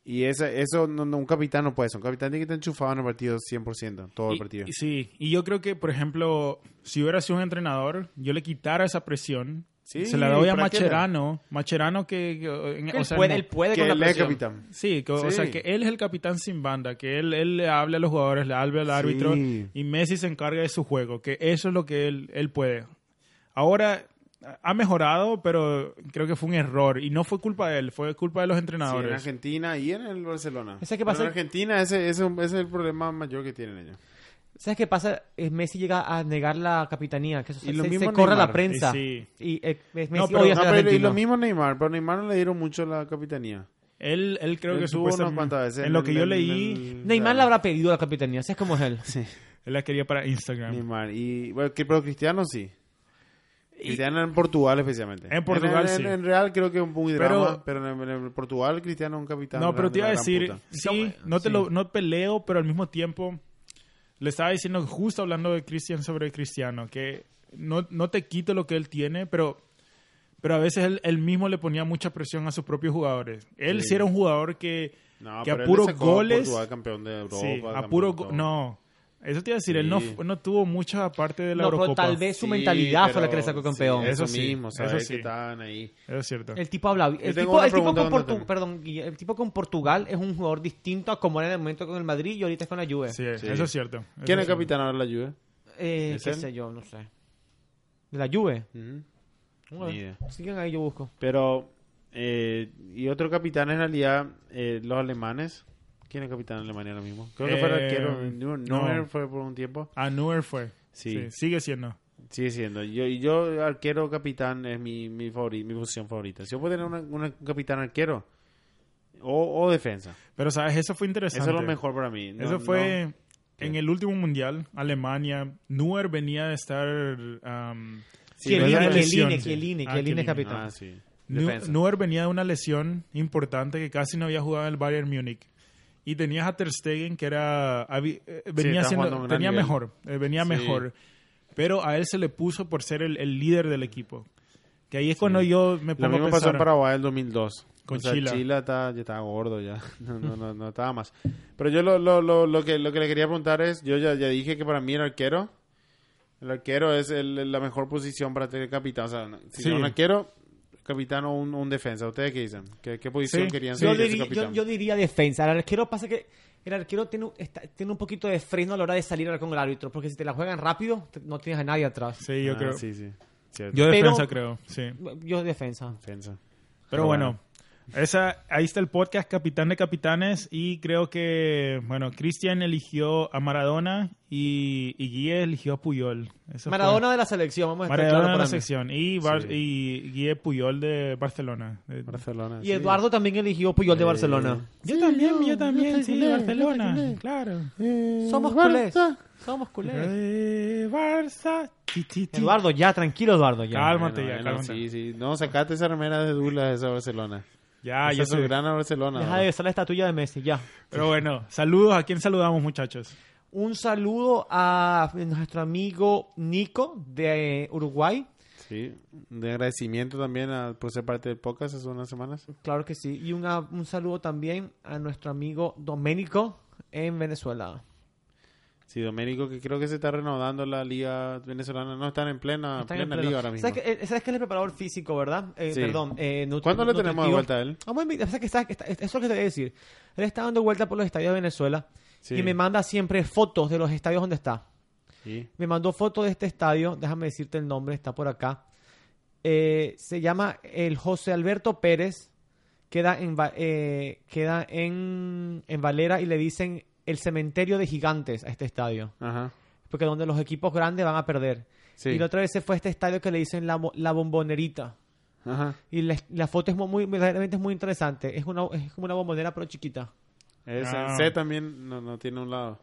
Speaker 3: y esa, eso no, no, un capitán no puede ser. Un capitán tiene que estar enchufado en el partido 100%, todo el
Speaker 1: Y-
Speaker 3: partido.
Speaker 1: y sí, y yo creo que, por ejemplo, si hubiera sido un entrenador, yo le quitara esa presión.
Speaker 3: Sí,
Speaker 1: se la doy a
Speaker 3: ¿para qué le-
Speaker 1: Macherano. Macherano que... que- en-
Speaker 2: Él,
Speaker 1: o sea,
Speaker 2: puede,
Speaker 1: en-
Speaker 2: él puede
Speaker 3: que
Speaker 2: con la
Speaker 3: él es
Speaker 2: presión.
Speaker 3: capitán.
Speaker 1: Sí, que- o
Speaker 3: Sí.
Speaker 1: sea, que él es el capitán sin banda, que él, él le habla a los jugadores, le habla al árbitro y Messi se encarga de su juego, que eso es lo que él, él puede. Ahora ha mejorado, pero creo que fue un error y no fue culpa de él, fue culpa de los
Speaker 3: Sí, en
Speaker 1: entrenadores.
Speaker 3: Argentina y en el Barcelona.
Speaker 2: O sea, ¿qué
Speaker 3: Pero
Speaker 2: pasa?
Speaker 3: En Argentina ese, ese, ese es el problema mayor que tienen ellos.
Speaker 2: ¿Sabes qué pasa? Eh, Messi llega a negar la capitanía, que eso
Speaker 3: Y
Speaker 2: se,
Speaker 3: lo
Speaker 2: se-
Speaker 3: mismo
Speaker 2: se corre a la
Speaker 3: Neymar.
Speaker 2: prensa.
Speaker 1: Sí.
Speaker 2: Y eh, Messi
Speaker 1: No, pero-
Speaker 2: odia
Speaker 1: Yo
Speaker 3: No,
Speaker 2: ser
Speaker 3: pero y
Speaker 2: argentino.
Speaker 3: lo mismo Neymar, pero a Neymar no le dieron mucho la capitanía.
Speaker 1: él, él creo
Speaker 3: Él
Speaker 1: que
Speaker 3: tuvo unas
Speaker 1: supuestamente
Speaker 3: cuantas veces
Speaker 1: en
Speaker 3: en
Speaker 1: lo
Speaker 3: el-
Speaker 1: que yo
Speaker 3: en el-
Speaker 1: leí,
Speaker 2: Neymar le habrá pedido la capitanía, ¿sabes cómo es él?
Speaker 1: él la quería para Instagram.
Speaker 3: Neymar. Y, bueno, que- pero Cristiano sí. Cristiano en Portugal especialmente.
Speaker 1: En Portugal,
Speaker 3: en, en-
Speaker 1: sí.
Speaker 3: en Real creo que es un muy
Speaker 1: Pero-
Speaker 3: drama, pero en, en Portugal Cristiano es un capitán.
Speaker 1: No, pero
Speaker 3: de
Speaker 1: te iba
Speaker 3: la
Speaker 1: a
Speaker 3: gran
Speaker 1: decir,
Speaker 3: puta.
Speaker 1: sí, no te lo no peleo, pero al mismo tiempo le estaba diciendo justo hablando de Cristian sobre Cristiano, que no, no te quito lo que él tiene, pero pero a veces él, él mismo le ponía mucha presión a sus propios jugadores. Él sí,
Speaker 3: Sí.
Speaker 1: era un jugador que,
Speaker 3: No,
Speaker 1: que a
Speaker 3: pero él
Speaker 1: puros
Speaker 3: le sacó
Speaker 1: goles,
Speaker 3: Portugal campeón de Europa,
Speaker 1: sí, a
Speaker 3: campeón
Speaker 1: puro
Speaker 3: de
Speaker 1: go-
Speaker 3: todo.
Speaker 1: no. Eso te iba a decir, él no,
Speaker 3: Sí.
Speaker 1: no tuvo mucha parte de la
Speaker 2: No, pero
Speaker 1: Eurocopa.
Speaker 2: tal vez su
Speaker 3: Sí,
Speaker 2: mentalidad fue la que le
Speaker 3: pero-
Speaker 2: sacó campeón.
Speaker 3: sí, eso
Speaker 1: Eso sí,
Speaker 3: mismo,
Speaker 1: eso
Speaker 3: sabes
Speaker 1: sí.
Speaker 3: que estaban ahí.
Speaker 1: Eso es cierto.
Speaker 2: El tipo habla
Speaker 3: Yo
Speaker 2: el
Speaker 3: tengo
Speaker 2: tipo,
Speaker 3: una
Speaker 2: el tipo
Speaker 3: pregunta
Speaker 2: con
Speaker 3: con
Speaker 2: Portu-
Speaker 3: Nathan.
Speaker 2: perdón, Guille, el tipo con Portugal es un jugador distinto a como era en el momento con el Madrid y ahorita es con la Juve.
Speaker 1: Sí,
Speaker 3: Sí.
Speaker 1: eso es cierto. Eso
Speaker 3: ¿Quién es
Speaker 1: cierto.
Speaker 3: capitán ahora de la Juve?
Speaker 2: Eh,
Speaker 3: ¿Es
Speaker 2: qué
Speaker 3: él?
Speaker 2: sé yo, no sé. ¿De la Juve?
Speaker 3: Ujú.
Speaker 2: Bueno,
Speaker 3: Ni idea.
Speaker 2: Sigan ahí, yo busco.
Speaker 3: Pero Eh, y otro capitán en realidad, eh, los alemanes. ¿Quién es capitán de Alemania ahora mismo? Creo que fue el
Speaker 1: Eh,
Speaker 3: arquero. Neu-
Speaker 1: no.
Speaker 3: Neuer fue por un tiempo.
Speaker 1: A Neuer fue.
Speaker 3: Sí.
Speaker 1: Sigue siendo.
Speaker 3: Sigue siendo. Yo, y yo arquero capitán es mi, mi favori- mi posición favorita. Si yo puedo tener una, una- un capitán arquero o, o defensa.
Speaker 1: Pero, ¿sabes? Eso fue
Speaker 3: Eso
Speaker 1: interesante.
Speaker 3: es lo mejor para mí. No-
Speaker 1: Eso fue
Speaker 3: ¿Qué?
Speaker 1: en el último mundial, Alemania. Neuer venía de estar. am,
Speaker 3: Sí,
Speaker 1: venía
Speaker 3: Chiellini,
Speaker 1: de
Speaker 3: Chiellini,
Speaker 1: lesión.
Speaker 2: Chiellini,
Speaker 1: Ah,
Speaker 2: Chiellini
Speaker 1: Chiellini.
Speaker 2: es
Speaker 3: no-
Speaker 2: capitán.
Speaker 3: Ah, sí.
Speaker 1: Nu-
Speaker 3: Defensa.
Speaker 1: Neuer venía de una lesión importante que casi no había jugado en el Bayern Múnich. Y tenías a Ter Stegen que era habi- eh, venía
Speaker 3: está
Speaker 1: siendo-
Speaker 3: jugando a un gran
Speaker 1: tenía
Speaker 3: nivel.
Speaker 1: mejor, eh, venía
Speaker 3: Sí.
Speaker 1: mejor. Pero a él se le puso por ser el, el líder del equipo. Que ahí es cuando yo me
Speaker 3: Lo
Speaker 1: pongo
Speaker 3: mismo
Speaker 1: a
Speaker 3: pasó en
Speaker 1: pensar.
Speaker 3: Paraguay en 2002.
Speaker 1: Con
Speaker 3: o sea,
Speaker 1: Chila.
Speaker 3: Chila está- ya estaba gordo ya. (laughs) No, no, no, no estaba más. Pero yo lo, lo, lo, lo que, lo que le quería preguntar es, yo ya, ya dije que para mí el arquero, el arquero es el- la mejor posición para tener capitán. O sea, no- si
Speaker 1: Sí.
Speaker 3: no un arquero, capitán o un, un defensa. ¿Ustedes qué dicen? ¿Qué, qué posición
Speaker 1: Sí.
Speaker 3: querían
Speaker 2: yo,
Speaker 3: ser ese
Speaker 2: diría, yo,
Speaker 3: capitán?
Speaker 2: yo diría defensa. El arquero pasa que el arquero tiene, un- está- tiene un poquito de freno a la hora de salir con el árbitro, porque si te la juegan rápido, te- no tienes a nadie atrás.
Speaker 1: Sí, yo
Speaker 3: Ah,
Speaker 1: creo.
Speaker 3: Sí, sí. Cierto.
Speaker 1: Yo
Speaker 2: Pero-
Speaker 1: defensa creo, sí.
Speaker 2: Yo defensa.
Speaker 3: Defensa.
Speaker 1: Pero bueno, esa, ahí está el podcast Capitán de Capitanes y creo que, bueno, Cristian eligió a Maradona y, y Guille eligió a Puyol. Eso fue.
Speaker 2: Maradona de la selección, vamos a estar
Speaker 1: Maradona de
Speaker 2: claros para
Speaker 1: la
Speaker 2: mí.
Speaker 1: sección y, Bar-
Speaker 3: Sí.
Speaker 1: y Guille Puyol de Barcelona. Eh,
Speaker 3: Barcelona.
Speaker 2: Y
Speaker 3: sí.
Speaker 2: Eduardo también eligió Puyol de
Speaker 3: Eh,
Speaker 2: Barcelona.
Speaker 1: Yo también, yo también, sí, Barcelona, claro.
Speaker 2: Somos culés. Somos culés.
Speaker 1: Eh, Barça, ti, ti, ti.
Speaker 2: Eduardo, ya, tranquilo, Eduardo. Ya.
Speaker 1: Calma.
Speaker 3: Bueno,
Speaker 1: Cálmate ya,
Speaker 3: bueno,
Speaker 1: cálmate.
Speaker 3: Sí, sí. No, sacate esa remera de Dula de esa Barcelona.
Speaker 1: Ah, Ya,
Speaker 3: Esa
Speaker 1: yo
Speaker 3: es su
Speaker 1: soy-
Speaker 3: gran Barcelona.
Speaker 2: Deja
Speaker 3: bro.
Speaker 2: de besar la estatua de Messi, ya.
Speaker 1: Pero bueno, saludos. ¿A quién saludamos, muchachos?
Speaker 2: Un saludo a nuestro amigo Nico de Uruguay.
Speaker 3: Sí, de agradecimiento también a- por ser parte del podcast hace unas semanas.
Speaker 2: Claro que sí. Y un, a- un saludo también a nuestro amigo Doménico en Venezuela.
Speaker 3: Sí, Doménico, que creo que se está reanudando la liga venezolana. No, están en
Speaker 2: Están en
Speaker 3: plena, Ah, plena
Speaker 2: pleno.
Speaker 3: liga ahora mismo.
Speaker 2: ¿Sabes que, eh, sabes que él es preparador físico, verdad? Eh,
Speaker 3: Sí.
Speaker 2: Perdón. eh, nutri-
Speaker 3: ¿Cuándo lo tenemos de
Speaker 2: nutritivo.
Speaker 3: vuelta a él?
Speaker 2: Ah, bueno, o sea que está- que está- eso es lo que te voy a decir. Él está dando vuelta por los estadios de Venezuela
Speaker 3: Sí.
Speaker 2: y me manda siempre fotos de los estadios donde está.
Speaker 3: Sí.
Speaker 2: Me mandó fotos de este estadio, déjame decirte el nombre, está por acá. Eh, se llama el José Alberto Pérez, queda en, Va- eh, queda en, en Valera y le dicen el cementerio de gigantes a este estadio,
Speaker 3: Ajá.
Speaker 2: porque donde los equipos grandes van a perder.
Speaker 3: Sí.
Speaker 2: Y la otra vez se fue a este estadio que le dicen la, Bo- la bombonerita.
Speaker 3: Ajá.
Speaker 2: Y la, la foto es mu- muy, verdaderamente es muy interesante. Es, una, es como una bombonera pero chiquita.
Speaker 3: Es-
Speaker 1: Ah.
Speaker 3: C también no, no tiene un lado.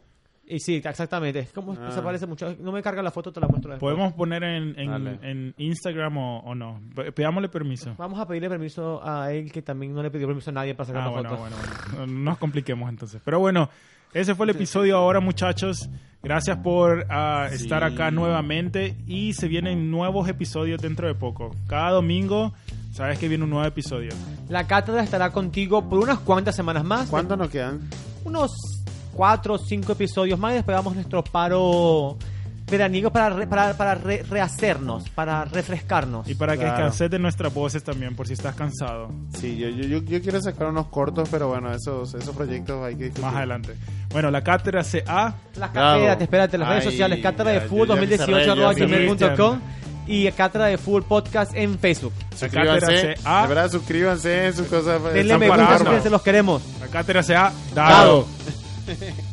Speaker 2: Y sí, exactamente. Es como
Speaker 3: Ah.
Speaker 2: se parece mucho. No me carga la foto, te la muestro después.
Speaker 1: ¿Podemos poner en,
Speaker 3: Dale.
Speaker 1: en, en Instagram o, o no? P- Pidámosle permiso.
Speaker 2: Vamos a pedirle permiso a él, que también no le pidió permiso a nadie para sacar
Speaker 1: Ah,
Speaker 2: la
Speaker 1: bueno,
Speaker 2: foto.
Speaker 1: bueno, bueno. No nos compliquemos entonces. Pero bueno, ese fue el episodio ahora, muchachos. Gracias por ah,
Speaker 3: Sí.
Speaker 1: estar acá nuevamente y se vienen nuevos episodios dentro de poco. Cada domingo, sabes que viene un nuevo episodio.
Speaker 2: La cátedra estará contigo por unas cuantas semanas más.
Speaker 3: ¿Cuántos nos quedan?
Speaker 2: Unos cuatro o cinco episodios más y después damos nuestro paro veraniego para, re- para, para re- rehacernos, para refrescarnos.
Speaker 1: Y para que
Speaker 3: Claro.
Speaker 1: descanses de nuestras voces también, por si estás cansado,
Speaker 3: Sí, yo, yo, yo, yo quiero sacar unos cortos, pero bueno, esos, esos proyectos hay que discutir.
Speaker 1: más adelante. Bueno, la cátedra CA.
Speaker 2: Las
Speaker 3: Bravo.
Speaker 2: cátedras, espérate, las redes
Speaker 3: Ay,
Speaker 2: sociales, cátedra de
Speaker 3: ya,
Speaker 2: fútbol
Speaker 3: yo ya me cerré,
Speaker 2: 2018
Speaker 3: yo
Speaker 2: arroba
Speaker 3: sí.
Speaker 2: gmail.com y cátedra de fútbol podcast en Facebook.
Speaker 3: Pues
Speaker 1: La
Speaker 3: Suscríbanse.
Speaker 1: cátedra CA.
Speaker 3: De verdad, suscríbanse en sus cosas.
Speaker 2: Denle
Speaker 3: San
Speaker 2: me gusta,
Speaker 3: Pararma.
Speaker 1: parados.
Speaker 2: suscríbanse, los queremos.
Speaker 1: La cátedra CA. Dado.
Speaker 2: Dado.